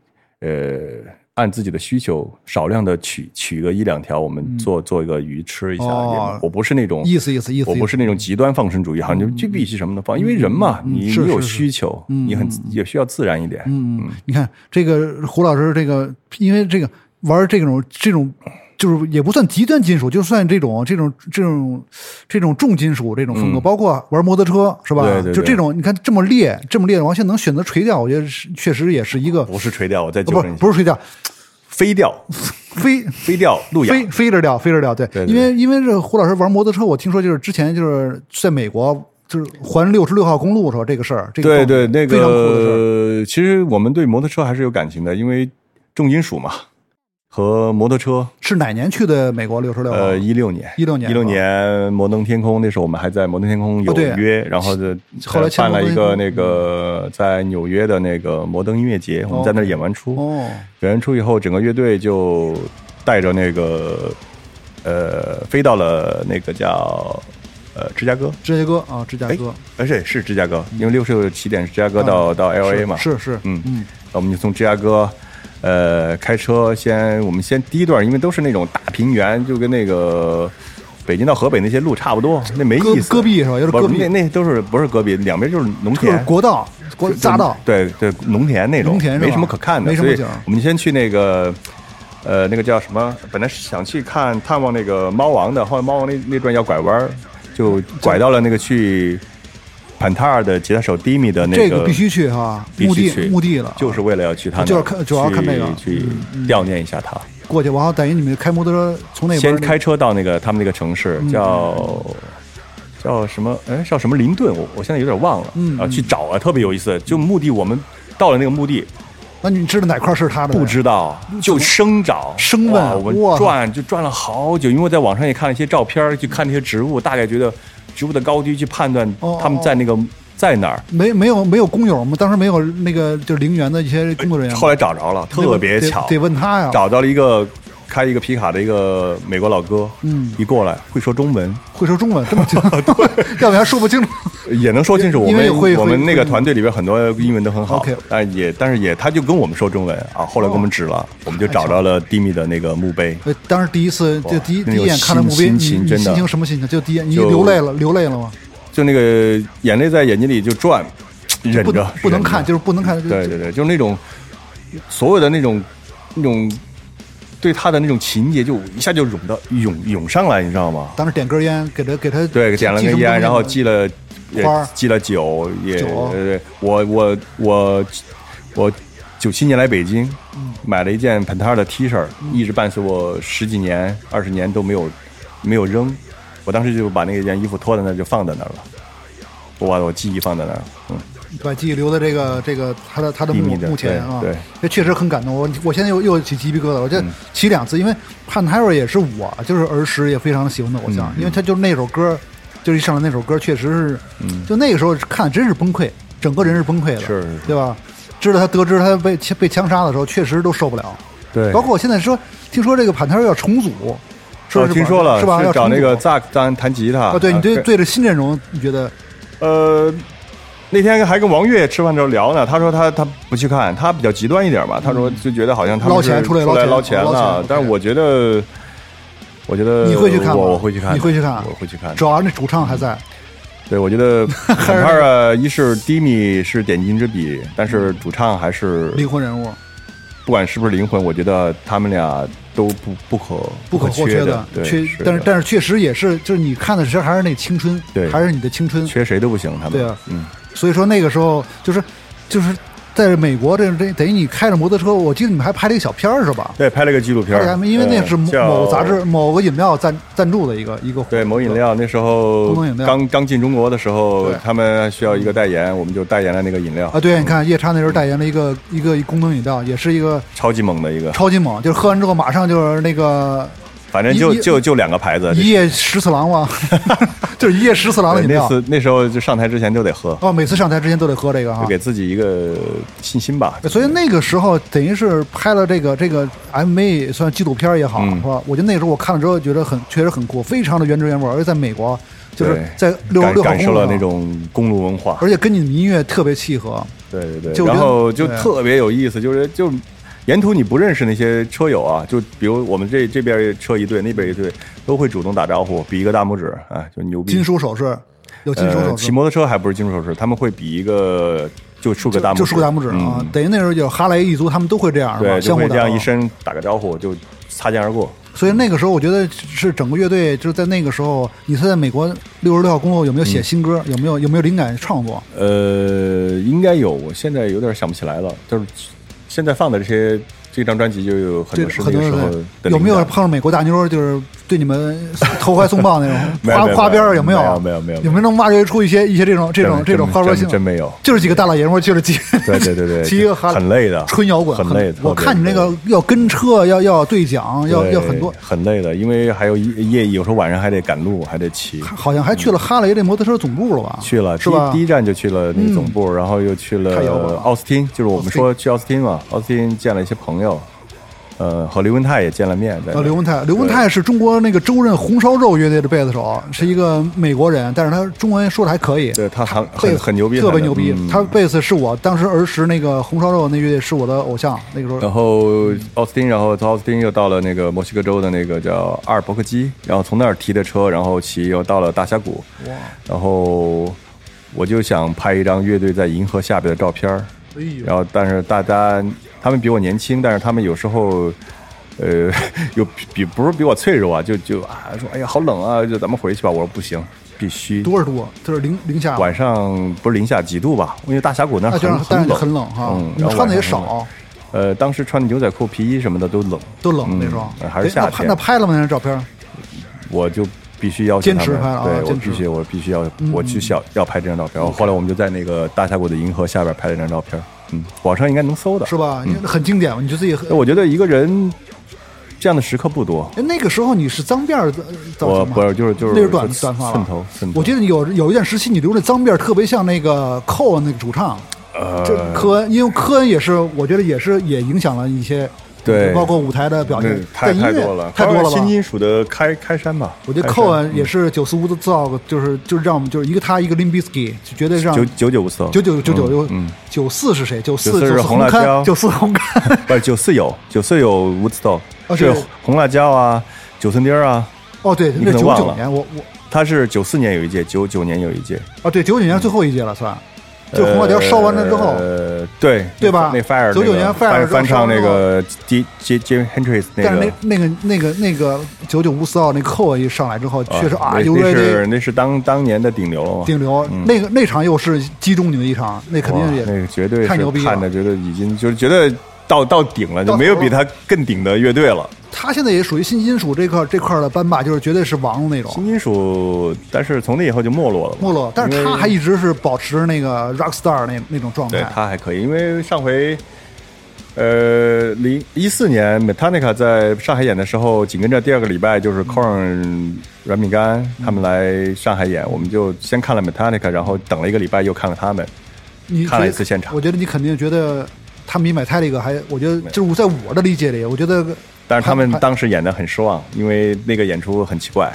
Speaker 4: 呃按自己的需求少量的取取个一两条，我们做做一个鱼吃一下。
Speaker 3: 嗯哦
Speaker 4: 也我不是那种
Speaker 3: 意思意思意思嗯
Speaker 4: 我不是那种极端放生主义，好像就就必须什么都放，因为人嘛，你
Speaker 3: 是
Speaker 4: 你有
Speaker 3: 是嗯是
Speaker 4: 需求，你很也需要自然一点。嗯，
Speaker 3: 你看这个胡老师，这个因为这个玩这种这种，就是也不算极端金属，就算这种这种这种这种重金属这种风格，包括玩摩托车是吧？
Speaker 4: 嗯对对对
Speaker 3: 就这种，你看这么烈这么烈，王现能选择垂钓，我觉得是确实也是一个，
Speaker 4: 不是垂钓，我再
Speaker 3: 哦不是
Speaker 4: 纠正一下，
Speaker 3: 不是垂钓，
Speaker 4: 飞钓，
Speaker 3: 飞
Speaker 4: 飞钓路亚
Speaker 3: 飞飞着钓，飞着钓，对，
Speaker 4: 对对
Speaker 3: 因为因为这胡老师玩摩托车，我听说就是之前就是在美国就是环六十六号公路时候这个事儿，这个
Speaker 4: 对对，那
Speaker 3: 非常酷的事儿，
Speaker 4: 个其实我们对摩托车还是有感情的，因为重金属嘛，和摩托车。
Speaker 3: 是哪年去的美国六十哦六号？
Speaker 4: 呃，一六年，
Speaker 3: 16年啊
Speaker 4: 一六年摩登天空，那时候我们还在摩登天空有
Speaker 3: 哦对
Speaker 4: 约，然后就
Speaker 3: 后来
Speaker 4: 呃
Speaker 3: 签摩
Speaker 4: 办了
Speaker 3: 登天
Speaker 4: 一
Speaker 3: 空
Speaker 4: 个那个在纽约的那个摩登音乐节，我们在那儿演完出，
Speaker 3: 哦，
Speaker 4: 演完出以后，整个乐队就带着那个呃飞到了那个叫呃芝加哥，
Speaker 3: 芝加哥啊，芝加
Speaker 4: 哎
Speaker 3: 哥。，嗯
Speaker 4: 而且是芝加哥，因为六十六起点是芝加哥到、到哎 L A 嘛，
Speaker 3: 是是，
Speaker 4: 嗯嗯，我们就从芝加哥，呃，开车先，我们先第一段，因为都是那种大平原，就跟那个北京到河北那些路差不多，那没
Speaker 3: 戈
Speaker 4: 意思。
Speaker 3: 戈壁是吧有点
Speaker 4: 不
Speaker 3: 戈壁
Speaker 4: 那那都是不是戈壁，两边就是农
Speaker 3: 就是
Speaker 4: 田。
Speaker 3: 国道、国匝道，
Speaker 4: 对对，农田那种，
Speaker 3: 农田是吧
Speaker 4: 没什么可看的，
Speaker 3: 没什么景
Speaker 4: 所以我们先去那个，呃，那个叫什么？本来是想去看探望那个猫王的，后来猫王那那段要拐弯儿，就拐到了那个去盘塔尔的吉他手 Dimi 的那
Speaker 3: 这个必须去哈，
Speaker 4: 必
Speaker 3: 墓
Speaker 4: 须
Speaker 3: 地
Speaker 4: 去
Speaker 3: 墓地了，啊
Speaker 4: 就是为了要去他那儿，
Speaker 3: 就是看主要看那个嗯
Speaker 4: 去去悼念一下他。
Speaker 3: 过去，然后等于你们开摩托车从那边
Speaker 4: 先
Speaker 3: 那嗯
Speaker 4: 开车到那个他们那个城市叫叫什么？哎，叫什么林顿？我我现在有点忘了。嗯，啊，去找啊，特别有意思。就墓地，我们到了那个墓地，
Speaker 3: 那你知道哪块是他的呗？
Speaker 4: 不知道就生找
Speaker 3: 生问
Speaker 4: 哇我
Speaker 3: 哇
Speaker 4: 们转就转了好久，因为我在网上也看了一些照片儿，去看那些植物，大概觉得植物的高低去判断
Speaker 3: 哦
Speaker 4: 他们在那个在哪儿。
Speaker 3: 没没有没有工友，我们当时没有那个就是陵园的一些工作人员吗，
Speaker 4: 后来找着了，特别
Speaker 3: 啊得
Speaker 4: 巧，
Speaker 3: 得问他呀，
Speaker 4: 找到了一个开一个皮卡的一个美国老哥，嗯，一过来会说中文，
Speaker 3: 会说中文，这么 简单 要不然说不清楚。
Speaker 4: 也能说清楚。我
Speaker 3: 因为
Speaker 4: 们
Speaker 3: 会
Speaker 4: 我
Speaker 3: 会
Speaker 4: 们那个团队里边很多英文都很好
Speaker 3: OK，
Speaker 4: 但也但是也他就跟我们说中文啊，后来给我们指
Speaker 3: 哦
Speaker 4: 了，我们就找到了 Dimi 的那个墓碑，
Speaker 3: 呃，当时第一次就第一
Speaker 4: 那
Speaker 3: 第
Speaker 4: 种
Speaker 3: 一眼看到墓碑，
Speaker 4: 心
Speaker 3: 你
Speaker 4: 情
Speaker 3: 你
Speaker 4: 真的
Speaker 3: 心情什么心情？就第一眼你
Speaker 4: 就
Speaker 3: 流泪了，流泪了吗？
Speaker 4: 就那个眼泪在眼睛里就转，忍
Speaker 3: 不能
Speaker 4: 着
Speaker 3: 不能
Speaker 4: 忍着
Speaker 3: 看，就是不能看。就
Speaker 4: 对对对，就是那种所有的那种那种对他的那种情节就一下就涌到涌涌上来，你知道吗？
Speaker 3: 当时点根烟，给他给他
Speaker 4: 对，点了
Speaker 3: 寄什
Speaker 4: 根
Speaker 3: 么东
Speaker 4: 烟，
Speaker 3: 西
Speaker 4: 然后
Speaker 3: 呢
Speaker 4: 寄了也
Speaker 3: 花儿
Speaker 4: 寄了酒，也
Speaker 3: 酒
Speaker 4: 呃，我我我我九七年来北京，
Speaker 3: 嗯
Speaker 4: 买了一件 p a n t a r 的 T 恤，一直伴随我十几年、二十年都没有没有扔。我当时就把那件衣服脱在那儿就放在那儿了，我把我记忆放在那儿，嗯，
Speaker 3: 把记忆留在这个这个他的他的
Speaker 4: 秘
Speaker 3: 墓
Speaker 4: 密的
Speaker 3: 墓前啊，
Speaker 4: 对对，
Speaker 3: 这确实很感动。我我现在又又起鸡皮疙瘩了，我这起两次，因为潘泰瑞也是我就是儿时也非常喜欢的偶像，
Speaker 4: 嗯
Speaker 3: 因为他就是那首歌，就是一上来那首歌确实是，就那个时候看真是崩溃，整个人是崩溃的，
Speaker 4: 嗯是是
Speaker 3: 对吧？知道他得知他被被枪杀的时候，确实都受不了。
Speaker 4: 对
Speaker 3: 包括我现在说，听说这个潘泰瑞要重组，说
Speaker 4: 哦
Speaker 3: 是
Speaker 4: 听说了，
Speaker 3: 是吧？要
Speaker 4: 找
Speaker 3: 重
Speaker 4: 那
Speaker 3: 组
Speaker 4: 个 Zack 当弹吉他
Speaker 3: 啊，对你对
Speaker 4: 跟
Speaker 3: 对着新阵容，你觉得
Speaker 4: 呃，那天还跟王悦吃饭的时候聊呢，他说他他不去看，他比较极端一点吧，他说就觉得好像他们
Speaker 3: 捞钱
Speaker 4: 是
Speaker 3: 出
Speaker 4: 出
Speaker 3: 来捞
Speaker 4: 来
Speaker 3: 钱
Speaker 4: 捞钱
Speaker 3: 捞钱
Speaker 4: 了
Speaker 3: ，OK，
Speaker 4: 但是我觉得，我觉得
Speaker 3: 你会去看吗？
Speaker 4: 呃我我会去看的，
Speaker 3: 你会去看？啊
Speaker 4: 我会去看的。嗯
Speaker 3: 主要那主唱还在，
Speaker 4: 对，我觉 得坎帕尔一是 d i m i 是点睛之笔，但是主唱还是
Speaker 3: 灵魂人物。
Speaker 4: 不管是不是灵魂，我觉得他们俩都不不可
Speaker 3: 不可或
Speaker 4: 缺
Speaker 3: 的，
Speaker 4: 对，
Speaker 3: 缺，
Speaker 4: 是
Speaker 3: 但是
Speaker 4: 的
Speaker 3: 但是确实也是，就是你看的时候还是那青春，
Speaker 4: 对
Speaker 3: 还是你的青春，
Speaker 4: 缺谁都不行，他们
Speaker 3: 对啊
Speaker 4: 嗯，
Speaker 3: 所以说那个时候就是就是在美国这这等于你开着摩托车，我记得你们还拍了一个小片儿是吧？
Speaker 4: 对，拍了个纪录片
Speaker 3: 而且还
Speaker 4: 儿，
Speaker 3: 哎没因为那
Speaker 4: 嗯
Speaker 3: 是某
Speaker 4: 叫
Speaker 3: 某杂志某个饮料赞赞助的一个一个活
Speaker 4: 对某饮
Speaker 3: 动，
Speaker 4: 料，那时候
Speaker 3: 东东饮料
Speaker 4: 刚刚进中国的时候
Speaker 3: 对，
Speaker 4: 他们需要一个代言，我们就代言了那个饮料
Speaker 3: 啊，对，你看夜叉那时候代言了一个一个功能饮料，也是一个
Speaker 4: 超级猛的一个，
Speaker 3: 超级猛，就是喝完之后马上就是那个
Speaker 4: 反正就
Speaker 3: 一
Speaker 4: 就就两个牌子。啊
Speaker 3: 一夜十次郎嘛， 就是一夜十次郎的
Speaker 4: 对
Speaker 3: 饮
Speaker 4: 那
Speaker 3: 料。
Speaker 4: 次那时候就上台之前就得喝，
Speaker 3: 哦，每次上台之前都得喝这个哈哎
Speaker 4: 就。给自己一个信心吧。
Speaker 3: 啊所以那个时候等于是拍了这个这个 MV 也算纪录片儿也好，
Speaker 4: 嗯
Speaker 3: 是吧？我觉得那时候我看了之后觉得很确实很酷，非常的原汁原味儿，而且在美国就是
Speaker 4: 对
Speaker 3: 在六十
Speaker 4: 感
Speaker 3: 六号
Speaker 4: 感
Speaker 3: 公
Speaker 4: 受
Speaker 3: 路
Speaker 4: 了
Speaker 3: 上
Speaker 4: 那，种公路文化，
Speaker 3: 而且跟你们音乐特别契合。
Speaker 4: 对对
Speaker 3: 就我觉
Speaker 4: 对，然
Speaker 3: 得
Speaker 4: 后就
Speaker 3: 对
Speaker 4: 特别有意思，就是就沿途你不认识那些车友啊，就比如我们这这边车一队，那边一队，都会主动打招呼，比一个大拇指，啊，就牛逼。
Speaker 3: 金属首饰有金属
Speaker 4: 呃
Speaker 3: 首饰
Speaker 4: 骑，摩托车还不是金属手势，他们会比一个就竖个大拇指，
Speaker 3: 就竖个大拇指
Speaker 4: 嗯
Speaker 3: 啊。等于那时候有哈雷一族，他们都会这样，是吧？
Speaker 4: 对，就
Speaker 3: 相互啊
Speaker 4: 会
Speaker 3: 打
Speaker 4: 这样
Speaker 3: 招呼
Speaker 4: 一声打个招呼就擦肩而过。
Speaker 3: 所以那个时候，我觉得是整个乐队就是在那个时候，你是在美国六十六号公路有没有写
Speaker 4: 嗯
Speaker 3: 新歌？有没有有没有灵感创作？
Speaker 4: 呃，应该有，我现在有点想不起来了，就是现在放的这些这张专辑就有很
Speaker 3: 这
Speaker 4: 多是
Speaker 3: 很
Speaker 4: 那
Speaker 3: 多
Speaker 4: 个时候
Speaker 3: 人
Speaker 4: 的
Speaker 3: 有没有
Speaker 4: 灵感
Speaker 3: 碰上美国大妞，就是对你们投怀送抱那种
Speaker 4: 没有
Speaker 3: 花
Speaker 4: 没有
Speaker 3: 花边儿？有
Speaker 4: 没
Speaker 3: 有？
Speaker 4: 有没有没有
Speaker 3: 有没有能挖掘出一些一些这种这种
Speaker 4: 真
Speaker 3: 这种花边
Speaker 4: 真
Speaker 3: 新
Speaker 4: 真
Speaker 3: 闻？
Speaker 4: 没有，
Speaker 3: 就是几个大老爷们儿去了 几
Speaker 4: 对对对对，
Speaker 3: 骑一个哈
Speaker 4: 很累的，
Speaker 3: 纯摇滚，
Speaker 4: 很累的。
Speaker 3: 我
Speaker 4: 特别
Speaker 3: 看你那个
Speaker 4: 累
Speaker 3: 要跟车，要要对讲，要
Speaker 4: 对
Speaker 3: 要很多，
Speaker 4: 很累的，因为还有夜夜有时候晚上还得赶路，还得骑。
Speaker 3: 好像还去了哈雷这摩托车总部了吧？
Speaker 4: 去了，
Speaker 3: 是
Speaker 4: 第
Speaker 3: 吧？
Speaker 4: 第一站就去了那个总部，然后又去
Speaker 3: 太遥远
Speaker 4: 了
Speaker 3: 了
Speaker 4: 奥斯汀，就是我们说去奥斯汀嘛，奥斯汀见了一些朋友，呃，和刘文泰也见了面，在那
Speaker 3: 呃，
Speaker 4: 里
Speaker 3: 刘文泰，刘文泰是中国那个周润红烧肉乐队的贝斯手，是一个美国人，但是他中文说的还可以，
Speaker 4: 对他很
Speaker 3: 贝
Speaker 4: 很
Speaker 3: 斯
Speaker 4: 很牛逼，
Speaker 3: 特别
Speaker 4: 弹得
Speaker 3: 牛逼。
Speaker 4: 嗯
Speaker 3: 他贝斯是我当时儿时那个红烧肉那乐队是我的偶像，那个时候
Speaker 4: 然后奥斯汀，然后从奥斯汀又到了那个墨西哥州的那个叫阿尔伯克基，然后从那儿提的车，然后骑又到了大峡谷，然后我就想拍一张乐队在银河下边的照片儿，
Speaker 3: 哎呦
Speaker 4: 然后但是大家他们比我年轻，但是他们有时候。呃，有比比不是比我脆弱啊，就就啊说，哎呀好冷啊，就咱们回去吧。我说不行，必须
Speaker 3: 多少度？就是零零下，
Speaker 4: 晚上不是零下几度吧？因为大峡谷那
Speaker 3: 啊，
Speaker 4: 儿很、
Speaker 3: 这样但
Speaker 4: 很
Speaker 3: 是
Speaker 4: 冷，
Speaker 3: 很冷哈
Speaker 4: 嗯，，
Speaker 3: 你们
Speaker 4: 然后
Speaker 3: 穿的也
Speaker 4: 晚上很冷
Speaker 3: 少，
Speaker 4: 呃，当时穿牛仔裤、皮衣什么的都冷，
Speaker 3: 都冷那时候
Speaker 4: 嗯还是
Speaker 3: 哎那
Speaker 4: 夏
Speaker 3: 拍
Speaker 4: 天。
Speaker 3: 那拍了吗？那张照片？
Speaker 4: 我就必须要求
Speaker 3: 坚
Speaker 4: 他
Speaker 3: 持
Speaker 4: 们
Speaker 3: 拍了啊
Speaker 4: 对我
Speaker 3: 坚持嗯
Speaker 4: 必须我必须要我去想要拍这张照片。后来我们就在那个大峡谷的银河下边拍了一张照片，嗯，网上应该能搜的。
Speaker 3: 是吧？因为很经典嘛，你就自己很。
Speaker 4: 嗯我觉得一个人这样的时刻不多，
Speaker 3: 哎，那个时候你是脏辫儿的呃造
Speaker 4: 我
Speaker 3: 型吗？
Speaker 4: 不是就是就是
Speaker 3: 那是短短
Speaker 4: 寸
Speaker 3: 发吧
Speaker 4: 寸头寸头。
Speaker 3: 我记得有有一段时期，你留着脏辫儿，特别像那个寇那个主唱，
Speaker 4: 呃
Speaker 3: 这科恩，因为科恩也是，我觉得也是也影响了一些，
Speaker 4: 对
Speaker 3: 包括舞台的表
Speaker 4: 那
Speaker 3: 现，
Speaker 4: 太
Speaker 3: 在
Speaker 4: 太
Speaker 3: 音乐
Speaker 4: 多了，
Speaker 3: 哎太多了
Speaker 4: 新
Speaker 3: 吧？
Speaker 4: 金属的开开山吧。
Speaker 3: 我觉得
Speaker 4: 开山
Speaker 3: 寇恩也是九四五的造个，就是就是让我们就是一个他一个 Limbisky，就绝对让
Speaker 4: 九九九无色，
Speaker 3: 九九九九九
Speaker 4: 嗯，嗯
Speaker 3: 九四是谁？九四
Speaker 4: 94
Speaker 3: 四
Speaker 4: 是
Speaker 3: 红
Speaker 4: 红辣椒
Speaker 3: 九四红勘，
Speaker 4: 不是九四有九四有 Woodstock，
Speaker 3: 哦
Speaker 4: 是
Speaker 3: 对
Speaker 4: 红辣椒啊，九寸钉儿啊，
Speaker 3: 哦对，
Speaker 4: 你
Speaker 3: 那
Speaker 4: 可能
Speaker 3: 九
Speaker 4: 忘
Speaker 3: 九
Speaker 4: 了
Speaker 3: 年我我
Speaker 4: 他是九四年有一届，九九年有一届，
Speaker 3: 啊对九九年最后一届了算，就红辣椒烧完了之后。
Speaker 4: 呃，对
Speaker 3: 对吧
Speaker 4: 那 Fire
Speaker 3: 99年 Fire
Speaker 4: 翻翻唱那
Speaker 3: 烧完
Speaker 4: 个 J J J Hendrix 那
Speaker 3: 但是
Speaker 4: 个，
Speaker 3: 那那个那个那个九九无私奥那扣啊一上来之后，确实啊，
Speaker 4: 那
Speaker 3: 有
Speaker 4: 那
Speaker 3: 点
Speaker 4: 是那是当当年的顶流了嘛，
Speaker 3: 顶流。
Speaker 4: 嗯
Speaker 3: 那个那场又是击中你的一场，那肯
Speaker 4: 哇
Speaker 3: 定也
Speaker 4: 那个绝对是
Speaker 3: 太牛逼了
Speaker 4: 看着觉得已经就是觉得到到顶了，
Speaker 3: 到
Speaker 4: 就没有
Speaker 3: 头
Speaker 4: 比他更顶的乐队了。
Speaker 3: 他现在也属于新金属这块这块的班霸，就是绝对是王那
Speaker 4: 新
Speaker 3: 种
Speaker 4: 金属，但是从那以后就没落了嘛，
Speaker 3: 哦没落，但
Speaker 4: 因
Speaker 3: 是
Speaker 4: 为
Speaker 3: 他还一直是保持那个 rock star 那那种状
Speaker 4: 对
Speaker 3: 态。
Speaker 4: 他还可以，因为上回，呃，零一四年 Metallica 在上海演的时候，紧跟着第二个礼拜就是 Korn、软饼干他们来上海演，我们就先看了 Metallica，然后等了一个礼拜又看了他们。
Speaker 3: 你
Speaker 4: 看了
Speaker 3: 觉得
Speaker 4: 一次现场
Speaker 3: 我觉得你肯定觉得他们比买泰利克还，我觉得就是我在我的理解里，我觉得
Speaker 4: 但是他们
Speaker 3: 他
Speaker 4: 当时演的很失望，因为那个演出很奇怪，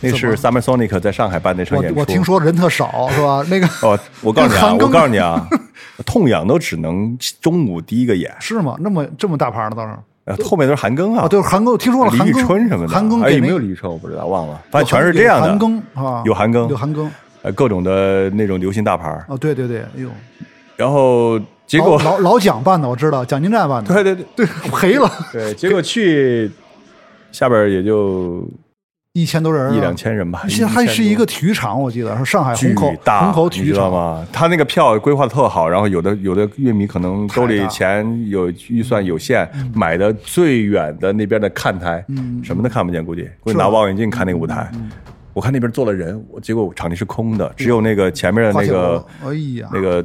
Speaker 4: 那个是 Summer Sonic 在上海办那场
Speaker 3: 我
Speaker 4: 演出。
Speaker 3: 我听说人特少是吧？那个
Speaker 4: 哦，我告诉你
Speaker 3: 跟
Speaker 4: 啊，
Speaker 3: 韩
Speaker 4: 我
Speaker 3: 庚
Speaker 4: 告诉你啊，痛痒都只能中午第一个演，
Speaker 3: 是吗？那么这么大牌呢，倒是。
Speaker 4: 呃后面都是韩庚啊。
Speaker 3: 啊，对，韩庚，听说了
Speaker 4: 李
Speaker 3: 韩
Speaker 4: 宇
Speaker 3: 庚
Speaker 4: 春什么的，
Speaker 3: 韩庚
Speaker 4: 哎
Speaker 3: 给
Speaker 4: 有
Speaker 3: 那
Speaker 4: 没有
Speaker 3: 个
Speaker 4: 李宇春我不知道，忘了，反正全是这样的。
Speaker 3: 有韩庚啊，
Speaker 4: 有韩庚
Speaker 3: 有韩庚
Speaker 4: 呃，各种的那种流行大牌儿，
Speaker 3: 啊，对对对，哎呦，
Speaker 4: 然后 结果
Speaker 3: 老老老蒋办的，我知道，蒋金寨办的，
Speaker 4: 对对对
Speaker 3: 对，赔了，
Speaker 4: 对，结果去下边也就
Speaker 3: 一千多人啊，
Speaker 4: 一两千人吧。
Speaker 3: 现在还是一个
Speaker 4: 1000
Speaker 3: 体育场，我记得是上海
Speaker 4: 多
Speaker 3: 虹口
Speaker 4: 巨大，
Speaker 3: 虹口体
Speaker 4: 你
Speaker 3: 育
Speaker 4: 知道
Speaker 3: 场，
Speaker 4: 吗？他那个票规划的特好，然后有的有的乐迷可能兜
Speaker 3: 太
Speaker 4: 里
Speaker 3: 大
Speaker 4: 钱有预算有限，买的最远的那边的看台，什么都看不见，估计估计拿望远镜看那个舞台。我看那边坐了人，我结果场地是空的，只有那个前面的那个
Speaker 3: 花钱楼哎呀
Speaker 4: 那个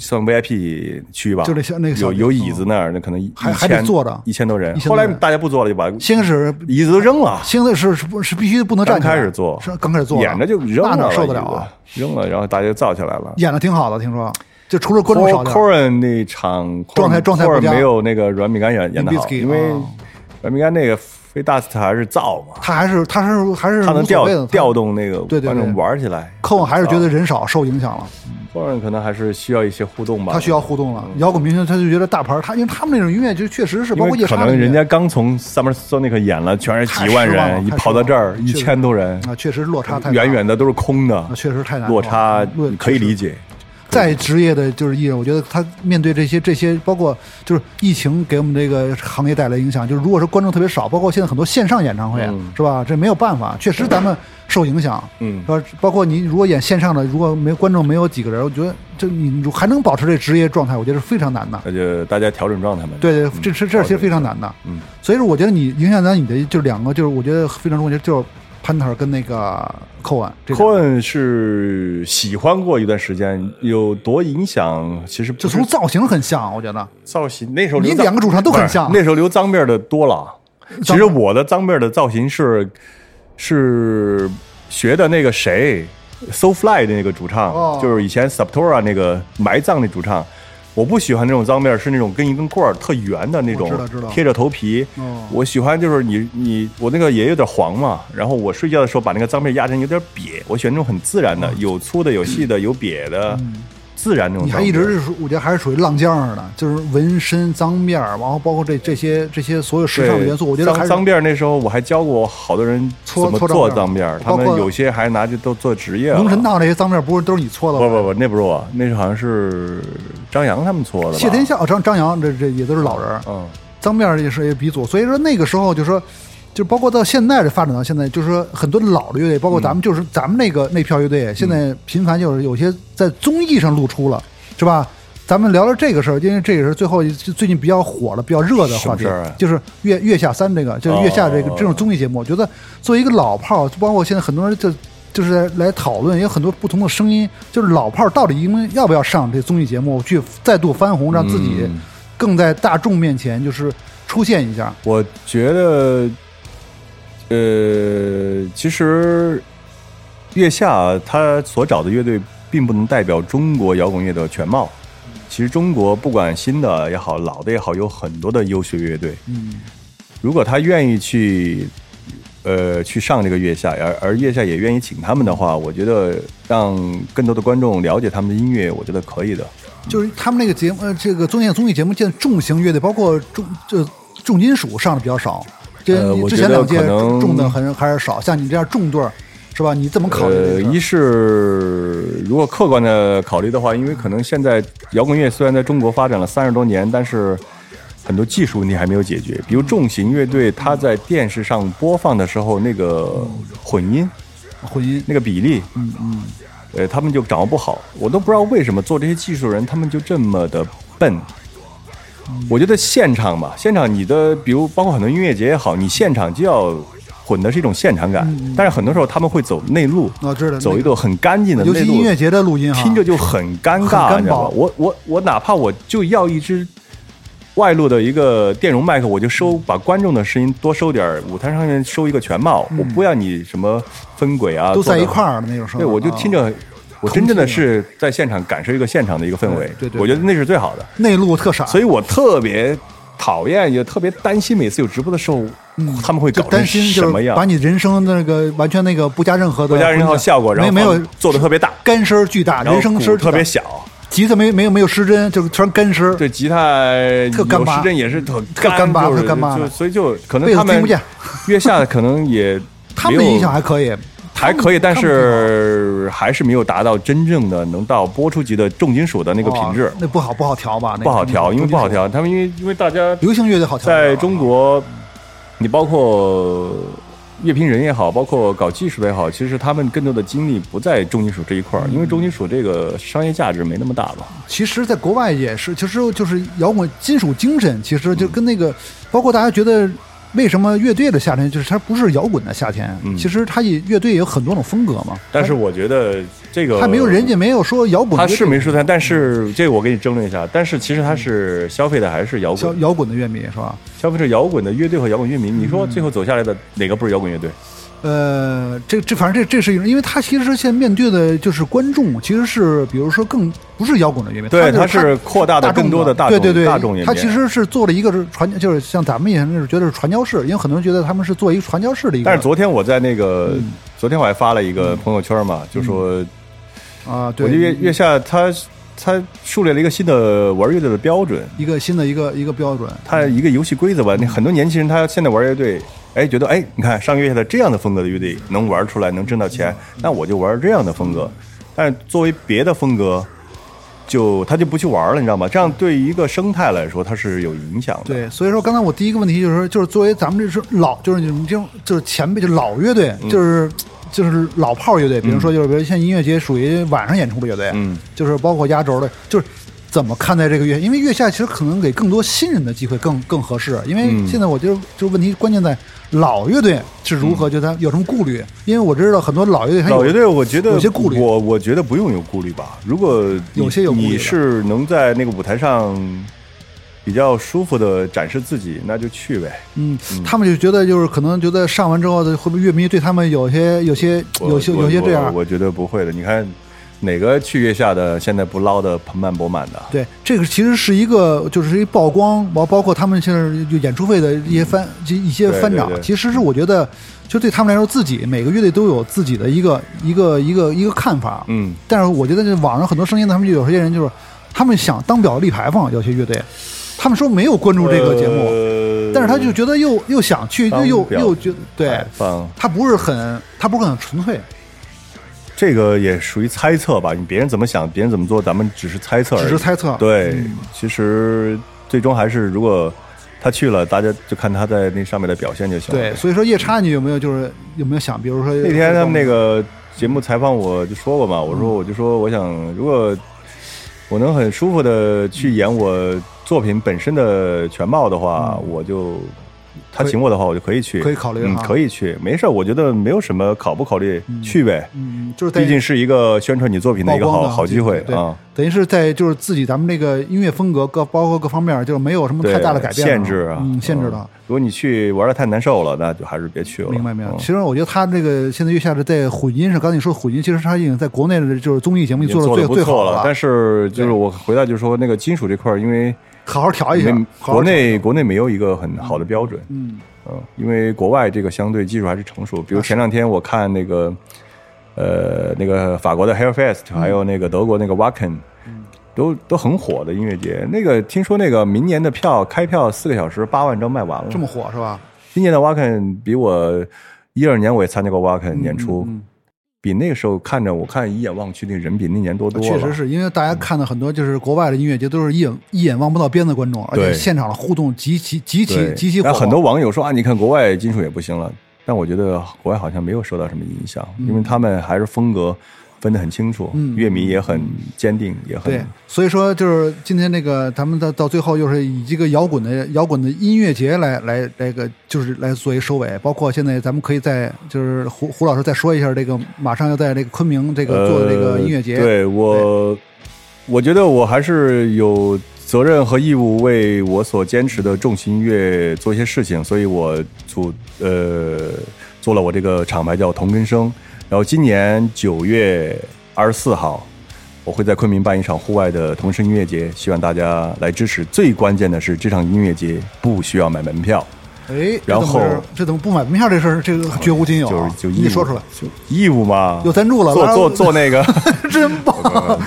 Speaker 4: 算 VIP 区吧，
Speaker 3: 就那小那个小
Speaker 4: 有有椅子那儿，那可能
Speaker 3: 还
Speaker 4: 1000
Speaker 3: 还得坐着
Speaker 4: 一千多人
Speaker 3: 1000。
Speaker 4: 后
Speaker 3: 多人
Speaker 4: 来大家不坐了，就把
Speaker 3: 先是
Speaker 4: 椅子都扔了。
Speaker 3: 现在是是不是必须不能站起
Speaker 4: 刚
Speaker 3: 来，
Speaker 4: 开始坐
Speaker 3: 是刚开始坐的，
Speaker 4: 演着就扔
Speaker 3: 那
Speaker 4: 了，
Speaker 3: 哪受得了啊？
Speaker 4: 椅子？扔了，然后大家就燥起来了。
Speaker 3: 演的挺好的，听说就除了观众少
Speaker 4: Cor
Speaker 3: 点
Speaker 4: c o r n 那场
Speaker 3: 状态
Speaker 4: Corin-
Speaker 3: 状态不佳
Speaker 4: Corin 没有那个软饼干演演的好，
Speaker 3: Nowitzki，
Speaker 4: 因为
Speaker 3: 哦
Speaker 4: 软饼干那个非大 star 还是造嘛，
Speaker 3: 他还是他是还是
Speaker 4: 他能
Speaker 3: 无所
Speaker 4: 调
Speaker 3: 谓的，他
Speaker 4: 调。动啊那个
Speaker 3: 对对对
Speaker 4: 观众玩起来。
Speaker 3: 客户还是觉得人少受影响了，
Speaker 4: Corin 可能还是需要一些互动吧，
Speaker 3: 他需要互动了。摇滚明星他就觉得大牌儿，他因为他们那种音乐就确实是，包
Speaker 4: 嗯因
Speaker 3: 括
Speaker 4: 为
Speaker 3: 夜
Speaker 4: 可
Speaker 3: 叉的
Speaker 4: 能
Speaker 3: 音乐
Speaker 4: 人家刚从 Summer Sonic 演了，全是
Speaker 3: 太
Speaker 4: 几万
Speaker 3: 失望了
Speaker 4: 人，一
Speaker 3: 太失
Speaker 4: 跑到
Speaker 3: 望
Speaker 4: 这儿
Speaker 3: 了
Speaker 4: 一
Speaker 3: 确实
Speaker 4: 千多人，
Speaker 3: 啊，确实落差太大啊
Speaker 4: 远远的都是空的，
Speaker 3: 确实啊太难
Speaker 4: 落差
Speaker 3: 落
Speaker 4: 可以理解。
Speaker 3: 再职业的就是艺人，我觉得他面对这些这些，包括就是疫情给我们这个行业带来影响，就是如果说观众特别少，包括现在很多线上演唱会，啊是吧？这没有办法，确实咱们受影响，
Speaker 4: 嗯
Speaker 3: 是吧？包括你如果演线上的，如果没观众没有几个人，我觉得这你还能保持这职业状态，我觉得是非常难的。
Speaker 4: 那就大家调整状态嘛。
Speaker 3: 对对
Speaker 4: 呃嗯，
Speaker 3: 这这这其实非常难的。
Speaker 4: 嗯，
Speaker 3: 所以说我觉得你影响到你的就两个，就是我觉得非常重要，就是潘特跟那个寇恩，这两个
Speaker 4: Cohen 是喜欢过一段时间，有多影响？其实不
Speaker 3: 就是从造型很像，我觉得。
Speaker 4: 造型那时候留
Speaker 3: 你
Speaker 4: 脏
Speaker 3: 两个主唱都很像
Speaker 4: 不是那时候留脏辫儿的多了。啊其实我的脏辫儿的造型是是学的那个谁，SoFly 的那个主唱，
Speaker 3: 哦
Speaker 4: 就是以前 Subtora 那个埋葬那主唱。我不喜欢那种脏辫儿，是那种跟一根棍儿特圆的那种
Speaker 3: 我知道知道，
Speaker 4: 贴着头皮。
Speaker 3: 哦
Speaker 4: 我喜欢就是你你我那个也有点黄嘛，然后我睡觉的时候把那个脏辫压成有点瘪，我喜欢那种很自然的，有粗的有细的有瘪的，自然那种
Speaker 3: 哦嗯你
Speaker 4: 脏辫儿。
Speaker 3: 还一直是属，我觉得还是属于浪尖儿的，就是纹身、脏面儿，然后包括这这些这些所有时尚的
Speaker 4: 对
Speaker 3: 元素，我觉得还
Speaker 4: 脏
Speaker 3: 是
Speaker 4: 脏辫儿那时候我还教过好多人怎
Speaker 3: 搓
Speaker 4: 么
Speaker 3: 搓
Speaker 4: 做
Speaker 3: 脏
Speaker 4: 脏
Speaker 3: 辫
Speaker 4: 辫
Speaker 3: 儿
Speaker 4: 儿，他们
Speaker 3: 包括
Speaker 4: 有些还拿着都做职业了。
Speaker 3: 龙神道那些脏面儿不是都是你搓的
Speaker 4: 不
Speaker 3: 吗？
Speaker 4: 不不，那不是我，那是好像是张扬他们搓的吧。
Speaker 3: 谢天笑、张张扬这这也都是老人儿，
Speaker 4: 嗯，
Speaker 3: 脏面儿也是也鼻祖，所以说那个时候就说。就包括到现在这发展到现在，就是说很多老的乐队，包括咱们就是咱们那个那票乐队，现在频繁就是有些在综艺上露出了，是吧？咱们聊聊这个事儿，因为这个是最后最近比较火的、比较热的话题
Speaker 4: 什么事儿啊，
Speaker 3: 就是月月下三这个，就是月下这个
Speaker 4: 哦
Speaker 3: 这种综艺节目，我觉得作为一个老炮儿，包括现在很多人就就是来来讨论，也有很多不同的声音，就是老炮儿到底应该要不要上这综艺节目去再度翻红，让自己
Speaker 4: 嗯
Speaker 3: 更在大众面前就是出现一下。
Speaker 4: 我觉得，呃，其实月下他所找的乐队并不能代表中国摇滚乐的全貌。其实中国不管新的也好，老的也好，有很多的优秀乐队。
Speaker 3: 嗯，
Speaker 4: 如果他愿意去，呃，去上这个月下，而而月下也愿意请他们的话，我觉得让更多的观众了解他们的音乐，我觉得可以的。
Speaker 3: 就是他们那个节目，呃，这个综艺综艺节目，现在重型乐队，包括重就重金属上的比较少。这、
Speaker 4: 呃我
Speaker 3: 之
Speaker 4: 觉
Speaker 3: 前
Speaker 4: 得
Speaker 3: 两届
Speaker 4: 可能
Speaker 3: 重的很还是少，像你这样重队儿，是吧？你怎么考虑这
Speaker 4: 呃，
Speaker 3: 个事儿？
Speaker 4: 一是如果客观的考虑的话，因为可能现在摇滚乐虽然在中国发展了三十多年，但是很多技术问题还没有解决。比如重型乐队，它在电视上播放的时候，那个混音、
Speaker 3: 混音，
Speaker 4: 那个比例，嗯嗯，呃，他们就掌握不好。我都不知道为什么做这些技术人，他们就这么的笨。我觉得现场吧，现场你的比如包括很多音乐节也好，你现场就要混的是一种现场感，但是很多时候他们会走内路，
Speaker 3: 我嗯啊知道
Speaker 4: 走
Speaker 3: 那
Speaker 4: 一
Speaker 3: 个
Speaker 4: 个很干净的
Speaker 3: 尤
Speaker 4: 内
Speaker 3: 其
Speaker 4: 路，
Speaker 3: 音乐节的录音哈，
Speaker 4: 听着就很尴尬，
Speaker 3: 啊很干
Speaker 4: 你知道
Speaker 3: 饱
Speaker 4: 吧？我我我哪怕我就要一支外露的一个电容麦克，我就收把观众的声音多收点儿，舞台上面收一个全貌，我不要你什么分轨啊，
Speaker 3: 嗯都在
Speaker 4: 做
Speaker 3: 一
Speaker 4: 得
Speaker 3: 块儿的那种声
Speaker 4: 对，
Speaker 3: 儿。
Speaker 4: 我就
Speaker 3: 啊
Speaker 4: 听着，我真正的是在现场感受一个现场的一个氛围，
Speaker 3: 对对对啊
Speaker 4: 我觉得那是最好的。
Speaker 3: 内陆特傻，
Speaker 4: 所以我特别讨厌，也特别担心，每次有直播的时候，他们
Speaker 3: 嗯
Speaker 4: 会
Speaker 3: 就
Speaker 4: 搞
Speaker 3: 担
Speaker 4: 成
Speaker 3: 心
Speaker 4: 什
Speaker 3: 就
Speaker 4: 么
Speaker 3: 是
Speaker 4: 样
Speaker 3: 把？你人生的那个完全那个不加任何的
Speaker 4: 不加任何
Speaker 3: 混响
Speaker 4: 效果，然后
Speaker 3: 没没有
Speaker 4: 做的特别大，
Speaker 3: 干声儿巨大，
Speaker 4: 然后
Speaker 3: 人声
Speaker 4: 鼓
Speaker 3: 声儿巨
Speaker 4: 特别
Speaker 3: 大
Speaker 4: 小。
Speaker 3: 吉他没没有没有失真，就是全是干声儿。
Speaker 4: 对吉他
Speaker 3: 特干
Speaker 4: 有
Speaker 3: 巴
Speaker 4: 时针也是特
Speaker 3: 特干巴
Speaker 4: 就是
Speaker 3: 特干巴的
Speaker 4: 就所以就可能
Speaker 3: 被子
Speaker 4: 他
Speaker 3: 听
Speaker 4: 们
Speaker 3: 不见
Speaker 4: 月下可能也
Speaker 3: 他们
Speaker 4: 没
Speaker 3: 的
Speaker 4: 有
Speaker 3: 音响还可以，
Speaker 4: 还可以，但
Speaker 3: 他们挺好
Speaker 4: 是还是没有达到真正的能到播出级的重金属的那个品质
Speaker 3: 哦，那不好不好调吧？那个
Speaker 4: 不好调，因为不好。调。他们因为因为大家
Speaker 3: 流行乐队好调，啊
Speaker 4: 在中国你包括乐评人也好，包括搞技术的也好，其实他们更多的精力不在重金属这一块儿，
Speaker 3: 嗯
Speaker 4: 因为重金属这个商业价值没那么大吧。
Speaker 3: 其实，在国外也是，其实就是摇滚金属精神，其实
Speaker 4: 嗯
Speaker 3: 就跟那个，包括大家觉得为什么乐队的夏天，就是它不是摇滚的夏天，
Speaker 4: 嗯
Speaker 3: 其实它也乐队也有很多种风格嘛。
Speaker 4: 但是我觉得这个
Speaker 3: 它没有人家没有说摇滚乐
Speaker 4: 他
Speaker 3: 队，
Speaker 4: 是没说他，但是这个我跟你争论一下。但是其实他是消费的还是摇
Speaker 3: 摇
Speaker 4: 滚，
Speaker 3: 摇滚的乐迷是吧？
Speaker 4: 消费者摇滚的乐队和摇滚乐迷，你
Speaker 3: 嗯
Speaker 4: 说最后走下来的哪个不是摇滚乐队？
Speaker 3: 呃，这这反正这这是一种，因为他其实现在面对的就是观众，其实是比如说更不是摇滚的乐迷，
Speaker 4: 对
Speaker 3: 他
Speaker 4: 它是扩大的更多的大众
Speaker 3: 对对对，
Speaker 4: 大众演
Speaker 3: 他
Speaker 4: 员
Speaker 3: 其实是做了一个是传，就是像咱们以前是觉得是传教士，因为很多人觉得他们是做一个传教士的一个，
Speaker 4: 但是昨天我在那个，
Speaker 3: 嗯
Speaker 4: 昨天我还发了一个朋友圈嘛，就说
Speaker 3: 啊，
Speaker 4: 我
Speaker 3: 嗯对，
Speaker 4: 觉得月月下他他树立了一个新的玩乐队的标准，
Speaker 3: 一个新的一个一个标准，
Speaker 4: 他一个游戏规则吧。那很多年轻人他现在玩乐队，哎，觉得哎，你看上个月下的这样的风格的乐队能玩出来，能挣到钱，那我就玩这样的风格。但是作为别的风格，就他就不去玩了，你知道吗？这样对于一个生态来说，它是有影响的。
Speaker 3: 对，所以说刚才我第一个问题就是说，就是作为咱们这是老，就是你们这种就是前辈，就老乐队，
Speaker 4: 嗯
Speaker 3: 就是就是老炮儿乐队，比如说就是比如像音乐节属于晚上演出的乐队，
Speaker 4: 嗯，
Speaker 3: 就是包括压轴的，就是怎么看待这个乐？因为月下其实可能给更多新人的机会更更合适，因为
Speaker 4: 嗯
Speaker 3: 现在我觉得就是问题关键在老乐队是如何，就他有什么顾虑？因为我知道很多老乐队，他有
Speaker 4: 嗯老乐队，我觉得
Speaker 3: 有些顾虑
Speaker 4: 我我觉得不用有顾虑吧。如果你
Speaker 3: 有些有顾虑的
Speaker 4: 你是能在那个舞台上比较舒服的展示自己，那就去呗。
Speaker 3: 嗯，他们就觉得就是可能觉得上完之后的会不会乐迷对他们有些有些
Speaker 4: 我
Speaker 3: 有些
Speaker 4: 我
Speaker 3: 有些这样
Speaker 4: 我，我觉得不会的。你看哪个去月下的，现在不捞的盆满钵满的？
Speaker 3: 对，这个其实是一个，就是一曝光，包包括他们现在就演出费的一些翻、一些
Speaker 4: 对
Speaker 3: 翻
Speaker 4: 对
Speaker 3: 涨。
Speaker 4: 对
Speaker 3: 其实是我觉得，就对他们来说，自己每个乐队都有自己的一个一个一个一个看法。
Speaker 4: 嗯，
Speaker 3: 但是我觉得这网上很多声音，他们就有些人就是他们想当表立牌坊，有些乐队，他们说没有关注这个节目，
Speaker 4: 呃
Speaker 3: 但是他就觉得又又想去，又
Speaker 4: 当
Speaker 3: 又
Speaker 4: 表
Speaker 3: 又觉得对
Speaker 4: 哎，放
Speaker 3: 他不是很他不是很纯粹，
Speaker 4: 这个也属于猜测吧。你别人怎么想，别人怎么做，咱们只是猜测而已，
Speaker 3: 只是猜测。嗯
Speaker 4: 对，其实最终还是如果他去了，大家就看他在那上面的表现就行了。
Speaker 3: 对，所以说夜叉，你有没有就是有没有想，比如说
Speaker 4: 那天他们那个节目采访我就说过
Speaker 3: 嗯
Speaker 4: 嘛，我说我就说我想如果我能很舒服的去演我作品本身的全貌的话，我就他请我的话，我就可以去，
Speaker 3: 嗯可以考虑啊
Speaker 4: 嗯
Speaker 3: 哈
Speaker 4: 可以去，没事儿，我觉得没有什么考不考虑，去呗，
Speaker 3: 嗯，就是在
Speaker 4: 毕竟是一个宣传你作品的
Speaker 3: 曝
Speaker 4: 一个
Speaker 3: 光
Speaker 4: 好
Speaker 3: 的
Speaker 4: 好机会
Speaker 3: 对
Speaker 4: 啊。，
Speaker 3: 等于是在就是自己咱们这个音乐风格各包括各方面，就是没有什么
Speaker 4: 对
Speaker 3: 太大的改变
Speaker 4: 限制
Speaker 3: 啊
Speaker 4: 啊，，
Speaker 3: 嗯，限制
Speaker 4: 嗯
Speaker 3: 的。
Speaker 4: 如果你去玩的太难受了，那就还是别去了。
Speaker 3: 明白明白。
Speaker 4: 嗯
Speaker 3: 其实我觉得他这个现在月下是在混音上，刚才你说混音，其实他已经在国内的就是综艺节目里
Speaker 4: 已经
Speaker 3: 做
Speaker 4: 做
Speaker 3: 的最
Speaker 4: 不
Speaker 3: 最好
Speaker 4: 错了，但是就是我回来就说那个金属这块儿，因为
Speaker 3: 好好调一
Speaker 4: 没
Speaker 3: 下，好好
Speaker 4: 国
Speaker 3: 调
Speaker 4: 内国内没有一个很好的标准，
Speaker 3: 嗯
Speaker 4: 嗯，因为国外这个相对技术还是成熟。比如前两天我看那个，呃，那个法国的 Hellfest，
Speaker 3: 嗯
Speaker 4: 还有那个德国那个 Wacken，都都很火的音乐节。那个听说那个明年的票开票四个小时八万张卖完了，
Speaker 3: 这么火是吧？
Speaker 4: 今年的 Wacken 比我一二年我也参加过 Wacken 演
Speaker 3: 嗯
Speaker 4: 出，比那个时候看着我看一眼望去，那个人比那年多多
Speaker 3: 嗯
Speaker 4: 了。
Speaker 3: 啊确实是因为大家看的很多就是国外的音乐节都是一眼一眼望不到边的观众，而且
Speaker 4: 对
Speaker 3: 现场的互动极其极
Speaker 4: 对
Speaker 3: 其极其火
Speaker 4: 那
Speaker 3: 爆。
Speaker 4: 很多网友说啊，你看国外金属也不行了，但我觉得国外好像没有受到什么影响，
Speaker 3: 嗯
Speaker 4: 因为他们还是风格分得很清楚，乐迷也很坚定，也很
Speaker 3: 对，所以说就是今天这个，咱们到到最后又是以这个摇滚的摇滚的音乐节来来这个就是来作为收尾，包括现在咱们可以在就是胡胡老师再说一下这个马上要在这个昆明这个做的这个音乐节，
Speaker 4: 呃、对我，我觉得我还是有责任和义务为我所坚持的重型音乐做一些事情，所以我组呃做了我这个厂牌叫同根生，然后今年九月二十四号。我会在昆明办一场户外的同声音乐节，希望大家来支持。最关键的是，这场音乐节不需要买门票，
Speaker 3: 哎，
Speaker 4: 然
Speaker 3: 这
Speaker 4: 后
Speaker 3: 怎么这怎么不买门票这事儿，这个绝无仅有
Speaker 4: 就是
Speaker 3: 啊，
Speaker 4: 就义务
Speaker 3: 你说出来，
Speaker 4: 就义务嘛，
Speaker 3: 有赞助了
Speaker 4: 做
Speaker 3: 完了
Speaker 4: 做做那个 呃
Speaker 3: 真棒，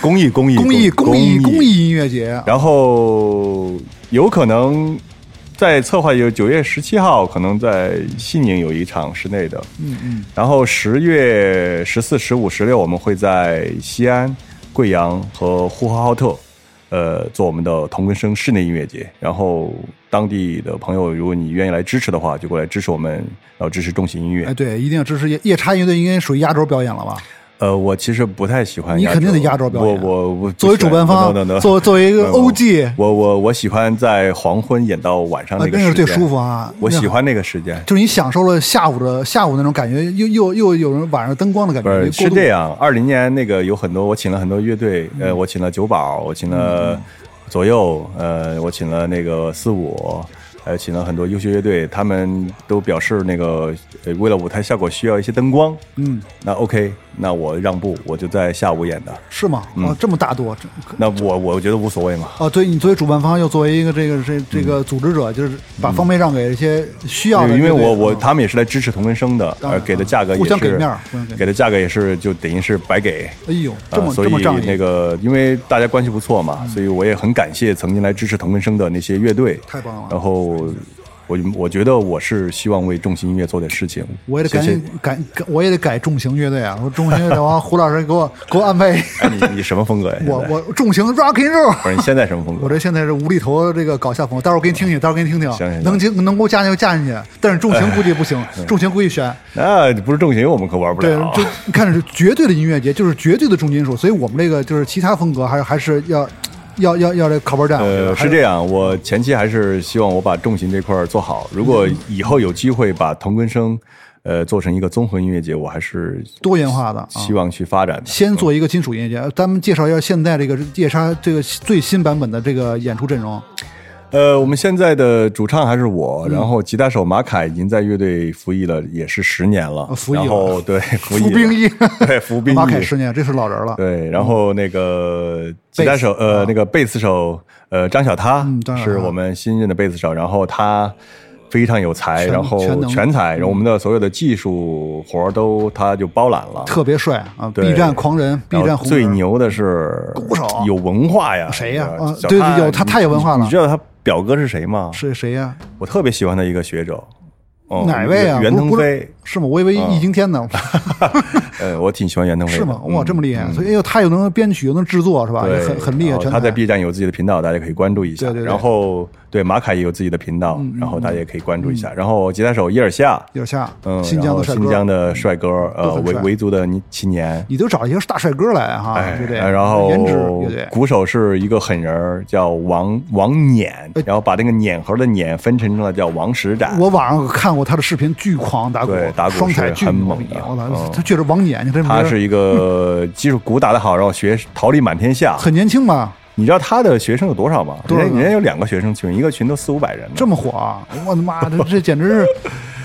Speaker 4: 公益公益
Speaker 3: 公益
Speaker 4: 公
Speaker 3: 益公益音乐节，啊
Speaker 4: 然后有可能在策划有九月十七号，可能在西宁有一场室内的，嗯嗯。然后十月十四、十五、十六，我们会在西安、贵阳和呼和浩特呃，做我们的同根生室内音乐节。然后当地的朋友，如果你愿意来支持的话，就过来支持我们，然后支持重型音乐
Speaker 3: 哎，。对，一定要支持夜夜叉乐队，应该属于压轴表演了吧？
Speaker 4: 呃，我其实不太喜欢
Speaker 3: 你
Speaker 4: 压轴，
Speaker 3: 肯定得压轴表演啊
Speaker 4: 我我我
Speaker 3: 作为主办方
Speaker 4: 等等，
Speaker 3: 作为作为一个 OG
Speaker 4: 嗯我我我喜欢在黄昏演到晚上
Speaker 3: 啊，
Speaker 4: 个
Speaker 3: 那
Speaker 4: 时
Speaker 3: 是
Speaker 4: 间，
Speaker 3: 最舒服啊！
Speaker 4: 我喜
Speaker 3: 那
Speaker 4: 欢那个时间。
Speaker 3: 就是你享受了下午的下午那种感觉，又又又有人晚上灯光的感
Speaker 4: 不
Speaker 3: 觉，
Speaker 4: 是是这
Speaker 3: 样。
Speaker 4: 样，二零年那个有很多，我请了很多乐队，
Speaker 3: 嗯
Speaker 4: 呃，我请了九宝，我请了左右，呃，我请了那个四五，还有请了很多优秀乐队，他们都表示那个呃为了舞台效果需要一些灯光，嗯，那 OK，那我让步，我就在下午演的，
Speaker 3: 是吗？
Speaker 4: 嗯
Speaker 3: 哦，这么大度，这
Speaker 4: 那我我觉得无所谓嘛，
Speaker 3: 哦，对你作为主办方，又作为一个这个这这个组织者，就是把方面让给一些需要的乐
Speaker 4: 因
Speaker 3: 队，
Speaker 4: 为我我
Speaker 3: 嗯
Speaker 4: 他们也是来支持同根生的，
Speaker 3: 当然
Speaker 4: 呃，给的价格
Speaker 3: 互
Speaker 4: 也
Speaker 3: 相给
Speaker 4: 是
Speaker 3: 面儿互相给面儿
Speaker 4: 给的价格也是就等于是白给，
Speaker 3: 哎呦，这
Speaker 4: 啊，
Speaker 3: 么
Speaker 4: 所
Speaker 3: 这
Speaker 4: 以
Speaker 3: 么嗯仗义，
Speaker 4: 那个，因为大家关系不错嘛，所以我也很感谢曾经来支持同根生的那些乐队。
Speaker 3: 太棒了
Speaker 4: 然后我我觉得我是希望为重型音乐做点事情。
Speaker 3: 我也得
Speaker 4: 谢
Speaker 3: 赶
Speaker 4: 谢
Speaker 3: 紧。改改，我也得改重型乐队啊！我重型乐队，完了胡老师给我给我安 排，
Speaker 4: 哎，你你什么风格呀？
Speaker 3: 我
Speaker 4: 现在
Speaker 3: 我重型 rock and roll。
Speaker 4: 不是你现在什么风格？
Speaker 3: 我这现在是无厘头这个搞笑朋友，待会儿给你听听，待会儿给你听听，
Speaker 4: 行行哎
Speaker 3: 能进能给我加进就加进去，但是重型估计不行，重型估计悬。
Speaker 4: 那啊不是重型，我们可玩不
Speaker 3: 对
Speaker 4: 了，。
Speaker 3: 就你看是绝对的音乐节，就是绝对的重金属，所以我们这个就是其他风格还是还是要要要要这靠边站。我觉得
Speaker 4: 呃，
Speaker 3: 还
Speaker 4: 是这样，我前期还是希望我把重型这块儿做好。如果以后有机会把同根生，呃，做成一个综合音乐节，我还是
Speaker 3: 多元化的啊。
Speaker 4: 希望去发展的。
Speaker 3: 先做一个金属音乐节，咱们介绍一下现在这个夜叉这个最新版本的这个演出阵容。
Speaker 4: 呃，我们现在的主唱还是我，然后吉他手马凯已经在乐队服役了，也是十年了。
Speaker 3: 哦服役了
Speaker 4: 然后 对服役，
Speaker 3: 服兵役
Speaker 4: 对服兵役。
Speaker 3: 马凯十年，这是老人了。
Speaker 4: 对，然后那个吉他手呃，那个贝斯手呃张小他、
Speaker 3: 啊嗯张小他
Speaker 4: 是我们新任的贝斯手，然后他非常有才，
Speaker 3: 全
Speaker 4: 然后
Speaker 3: 全能嗯
Speaker 4: 全才，然后我们的所有的技术活儿都他就包揽了。
Speaker 3: 特别帅啊
Speaker 4: 对
Speaker 3: ！B 站狂人，B 站
Speaker 4: 然后
Speaker 3: 红人
Speaker 4: 最牛的是
Speaker 3: 鼓手
Speaker 4: 有文化呀，
Speaker 3: 谁呀
Speaker 4: 吧
Speaker 3: 啊
Speaker 4: 小
Speaker 3: 对对有他
Speaker 4: 你
Speaker 3: 太有文化了
Speaker 4: 你你知道他表哥是谁吗？
Speaker 3: 是谁呀？
Speaker 4: 我特别喜欢的一个学者，哦、
Speaker 3: 哪位啊？
Speaker 4: 袁腾
Speaker 3: 不是
Speaker 4: 飞，哦
Speaker 3: 是吗？我以为易经天 呢，
Speaker 4: 呃，我挺喜欢袁腾飞的，
Speaker 3: 是吗？
Speaker 4: 嗯
Speaker 3: 哇，这么厉害！所以哎呦，他又能编曲又能制作，是吧？啊也
Speaker 4: 对，
Speaker 3: 很很厉害
Speaker 4: 然。后
Speaker 3: 全
Speaker 4: 他在
Speaker 3: 才
Speaker 4: B 站有自己的频道，大家可以关注一下。
Speaker 3: 对对对嗯
Speaker 4: 然后对马凯也有自己的频道，然后大家也可以关注一下。然后吉他手伊尔夏，
Speaker 3: 有下
Speaker 4: 嗯，
Speaker 3: 嗯新疆的帅
Speaker 4: 然后新疆
Speaker 3: 哥，
Speaker 4: 的帅哥，
Speaker 3: 都
Speaker 4: 呃，
Speaker 3: 很
Speaker 4: 维
Speaker 3: 帅
Speaker 4: 维族的尼青年。
Speaker 3: 你都找一些大帅哥来啊哈，
Speaker 4: 哎
Speaker 3: 对不对？，
Speaker 4: 然后
Speaker 3: 颜值乐队，
Speaker 4: 鼓手是一个狠人儿，叫王王碾，然后把那个碾盒的碾分成了叫王石展。
Speaker 3: 哎我网上看过他的视频，巨狂打鼓
Speaker 4: 对，打鼓
Speaker 3: 双踩
Speaker 4: 是
Speaker 3: 巨
Speaker 4: 很
Speaker 3: 牛
Speaker 4: 猛
Speaker 3: 逼
Speaker 4: 的
Speaker 3: 我操，
Speaker 4: 嗯
Speaker 3: 他确实王眼，你这名
Speaker 4: 他
Speaker 3: 儿
Speaker 4: 是一个 技术鼓打得好，然后学桃李满天下，
Speaker 3: 很年轻吧？
Speaker 4: 你知道他的学生有多少吗？
Speaker 3: 多少
Speaker 4: 人
Speaker 3: 个
Speaker 4: 家人家有两个学生群，一个群都四五百人呢。
Speaker 3: 这么火啊，我的 妈，这这简直是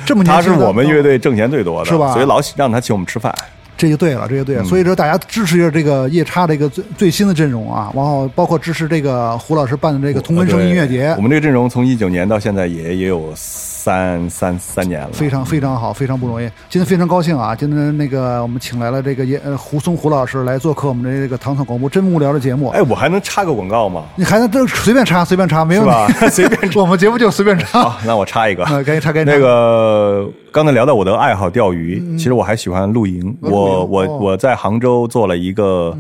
Speaker 3: 这么年
Speaker 4: 他
Speaker 3: 轻
Speaker 4: 是
Speaker 3: 的。
Speaker 4: 我们乐队挣钱最多的，
Speaker 3: 是吧
Speaker 4: 所以老让他请我们吃饭。
Speaker 3: 这就对了，这就
Speaker 4: 嗯
Speaker 3: 对了。所以说，大家支持一下这个夜叉这个最最新的阵容啊，然后包括支持这个胡老师办的这个同根生啊
Speaker 4: 对
Speaker 3: 音乐节
Speaker 4: 我，们这个阵容从一九年到现在也也有三三三年了。
Speaker 3: 非常非常好，非常不容易。今天非常高兴啊，今天那个我们请来了这个夜呃胡松胡老师来做客我们的这个糖蒜广播真无聊的节目。
Speaker 4: 哎，我还能插个广告吗？
Speaker 3: 你还能这随便插随便插，没问
Speaker 4: 是
Speaker 3: 题，
Speaker 4: 吧 随便
Speaker 3: 我们节目就随便插。
Speaker 4: 啊，那我插一个，
Speaker 3: 啊赶紧插赶紧插嗯
Speaker 4: 那个刚才聊到我的爱好钓鱼，其实我还喜欢露营。
Speaker 3: 哦
Speaker 4: 我
Speaker 3: 露营哦嗯
Speaker 4: 我我在杭州做了一个，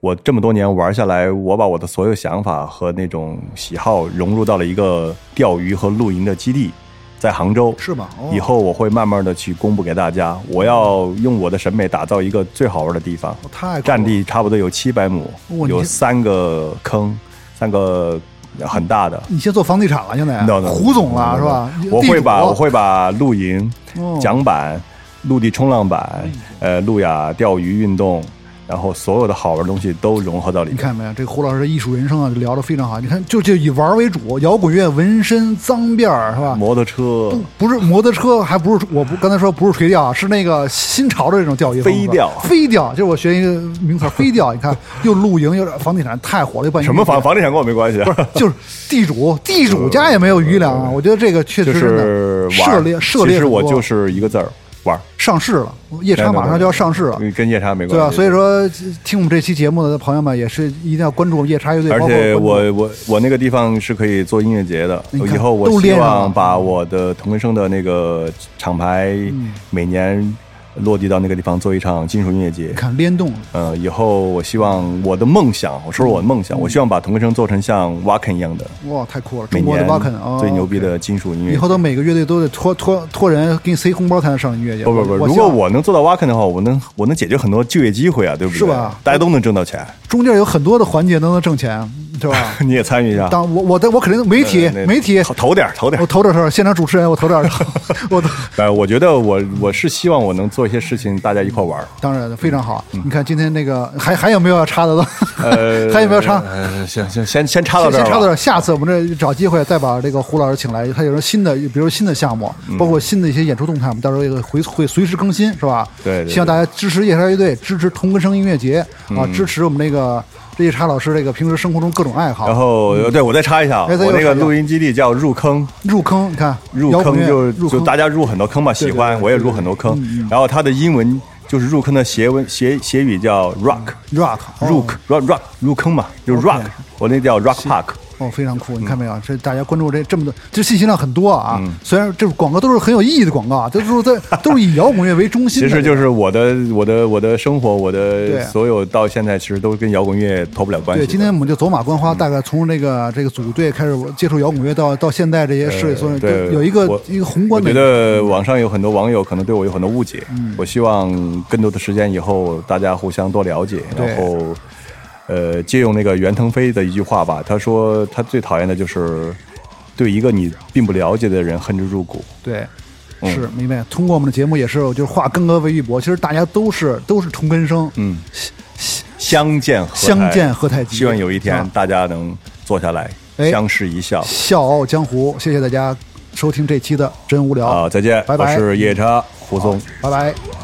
Speaker 4: 我这么多年玩下来，我把我的所有想法和那种喜好融入到了一个钓鱼和露营的基地，在杭州
Speaker 3: 是吗哦
Speaker 4: 以后我会慢慢的去公布给大家，我要用我的审美打造一个最好玩的地方。
Speaker 3: 哦太酷了哦
Speaker 4: 占地差不多有七百亩，
Speaker 3: 哇你
Speaker 4: 有
Speaker 3: 这
Speaker 4: 三个坑，三个很大的。
Speaker 3: 你先做房地产了，现在
Speaker 4: no, no,
Speaker 3: 哎胡总了是吧？
Speaker 4: 我
Speaker 3: 地
Speaker 4: 会
Speaker 3: 主
Speaker 4: 把我会把露营
Speaker 3: 哦、嗯
Speaker 4: 桨板、陆地冲浪板、呃路亚钓鱼运动，然后所有的好玩的东西都融合到里
Speaker 3: 你
Speaker 4: 面。
Speaker 3: 看没有，这个胡老师的艺术人生啊，就聊得非常好。你看，就就以玩为主，摇滚乐、纹身、脏辫儿，是吧？
Speaker 4: 摩托车、
Speaker 3: 不是摩托车，还不是我不刚才说不是垂钓啊，是那个新潮的这种钓鱼方式
Speaker 4: 飞钓
Speaker 3: 飞钓就是我学一个名词儿，飞钓。你看，又露营，又房地产，太火了，又办
Speaker 4: 什么
Speaker 3: 音乐
Speaker 4: 房
Speaker 3: 节？
Speaker 4: 房地产跟我没关系啊。
Speaker 3: 就是地主，地主家也没有余粮啊。我觉得这个确
Speaker 4: 呃就
Speaker 3: 实
Speaker 4: 是
Speaker 3: 的
Speaker 4: 玩
Speaker 3: 涉
Speaker 4: 儿
Speaker 3: 猎涉猎
Speaker 4: 其
Speaker 3: 很
Speaker 4: 实
Speaker 3: 多，
Speaker 4: 我就是一个字儿玩儿。
Speaker 3: 上市了，夜叉马上就要上市了。
Speaker 4: 跟夜叉没关系。
Speaker 3: 对吧？啊所以说，听我们这期节目的朋友们也是一定要关注夜叉乐队，
Speaker 4: 而
Speaker 3: 包括
Speaker 4: 且
Speaker 3: 关注
Speaker 4: 我我我那个地方是可以做音乐节的，
Speaker 3: 你看
Speaker 4: 以后我
Speaker 3: 都
Speaker 4: 希
Speaker 3: 练上了嗯
Speaker 4: 望把我的同根生的那个厂牌每年落地到那个地方做一场金属音乐节
Speaker 3: 你。看联动了，
Speaker 4: 呃，以后我希望我的梦想，我说说我的梦想，我希望把同根生做成像 Wacken 一样的，
Speaker 3: 哇，太酷了！
Speaker 4: 每
Speaker 3: 嗯中国的
Speaker 4: 年
Speaker 3: w a k e n 啊，
Speaker 4: 最牛逼的金属音乐节。
Speaker 3: 以后都每个乐队都得托托托人给你塞红包才能上音乐节。
Speaker 4: 不不不，
Speaker 3: 希
Speaker 4: 如果
Speaker 3: 望
Speaker 4: 我能做到 Wacken 的话，我能我能解决很多就业机会啊，对不对？
Speaker 3: 是吧
Speaker 4: 大家都能挣到钱，？
Speaker 3: 中间有很多的环节都能挣钱，对吧
Speaker 4: 你也参与一下。
Speaker 3: 当我我的我肯定媒体
Speaker 4: 呃啊那
Speaker 3: 媒体， 哦
Speaker 4: 投投点儿投点
Speaker 3: 我
Speaker 4: 儿。
Speaker 3: 投点投点，现场主持人我投点，我投。
Speaker 4: 呃，我觉得我我是希望我能做一些事情，大家一块玩儿。
Speaker 3: 当然非常好，你看今天那个还还有没有要插的了？
Speaker 4: 嗯 呃
Speaker 3: 还有没有插？
Speaker 4: 呃，行行，先先插到
Speaker 3: 先
Speaker 4: 这
Speaker 3: 先
Speaker 4: 儿吧。
Speaker 3: 插到这儿，下次我们这找机会再把这个胡老师请来，他有什么新的，比如新的项目，
Speaker 4: 嗯
Speaker 3: 包括新的一些演出动态，我们到时候也会会随时更新，是吧？
Speaker 4: 对对对嗯
Speaker 3: 希望大家支持夜叉乐队，支持同根生音乐节啊，支持我们这个这夜叉老师这个平时生活中各种爱
Speaker 4: 然
Speaker 3: 好。
Speaker 4: 后，呃对我再插一下啊，
Speaker 3: 哎再
Speaker 4: 我那
Speaker 3: 又插
Speaker 4: 个
Speaker 3: 一下
Speaker 4: 录音基地叫入坑，
Speaker 3: 入坑，你看
Speaker 4: 入
Speaker 3: 摇滚
Speaker 4: 坑
Speaker 3: 乐
Speaker 4: 就
Speaker 3: 入
Speaker 4: 就
Speaker 3: 坑，
Speaker 4: 大家入很多坑嘛，喜欢我也入很
Speaker 3: 嗯
Speaker 4: 多坑。然后它的英文就是入坑的谐文谐谐语叫 rock
Speaker 3: rock 哦
Speaker 4: 入坑 rock rock 入坑嘛，就是 rock，我那叫 rock park。
Speaker 3: 哦，非常
Speaker 4: 嗯
Speaker 3: 酷！你看没有？这大家关注这这么多，这信息量很多啊。虽然这广告都是很有意义的广告啊，都是在都是以摇滚乐为中心 的。
Speaker 4: 其实就是我的我的我的生活，我
Speaker 3: 对啊
Speaker 4: 的所有到现在其实都跟摇滚乐脱不了关系
Speaker 3: 对，
Speaker 4: 的。嗯
Speaker 3: 今天我们就走马观花，大概从这个这个组队开始接触摇滚乐到到现在这些事，所以就
Speaker 4: 呃对
Speaker 3: 有一个
Speaker 4: 我
Speaker 3: 一个嗯宏观
Speaker 4: 我
Speaker 3: 的
Speaker 4: 觉。得网上有很多网友可能对我有很多误解，我希望更多的时间以后大家互相多了解，
Speaker 3: 对
Speaker 4: 然后呃，借用那个袁腾飞的一句话吧，他说他最讨厌的就是对一个你并不了解的人恨之入骨。
Speaker 3: 对，
Speaker 4: 嗯
Speaker 3: 是明白。通过我们的节目也是，就是化干戈为玉帛。其实大家都是都是同根生，
Speaker 4: 嗯，相见何太
Speaker 3: 相见何太急
Speaker 4: 希望有一天
Speaker 3: 啊
Speaker 4: 大家能坐下来
Speaker 3: 哎
Speaker 4: 相视一笑
Speaker 3: 笑傲江湖。谢谢大家收听这期的真无聊
Speaker 4: 啊！再见，
Speaker 3: 拜拜
Speaker 4: 我是夜叉胡松。
Speaker 3: 拜拜。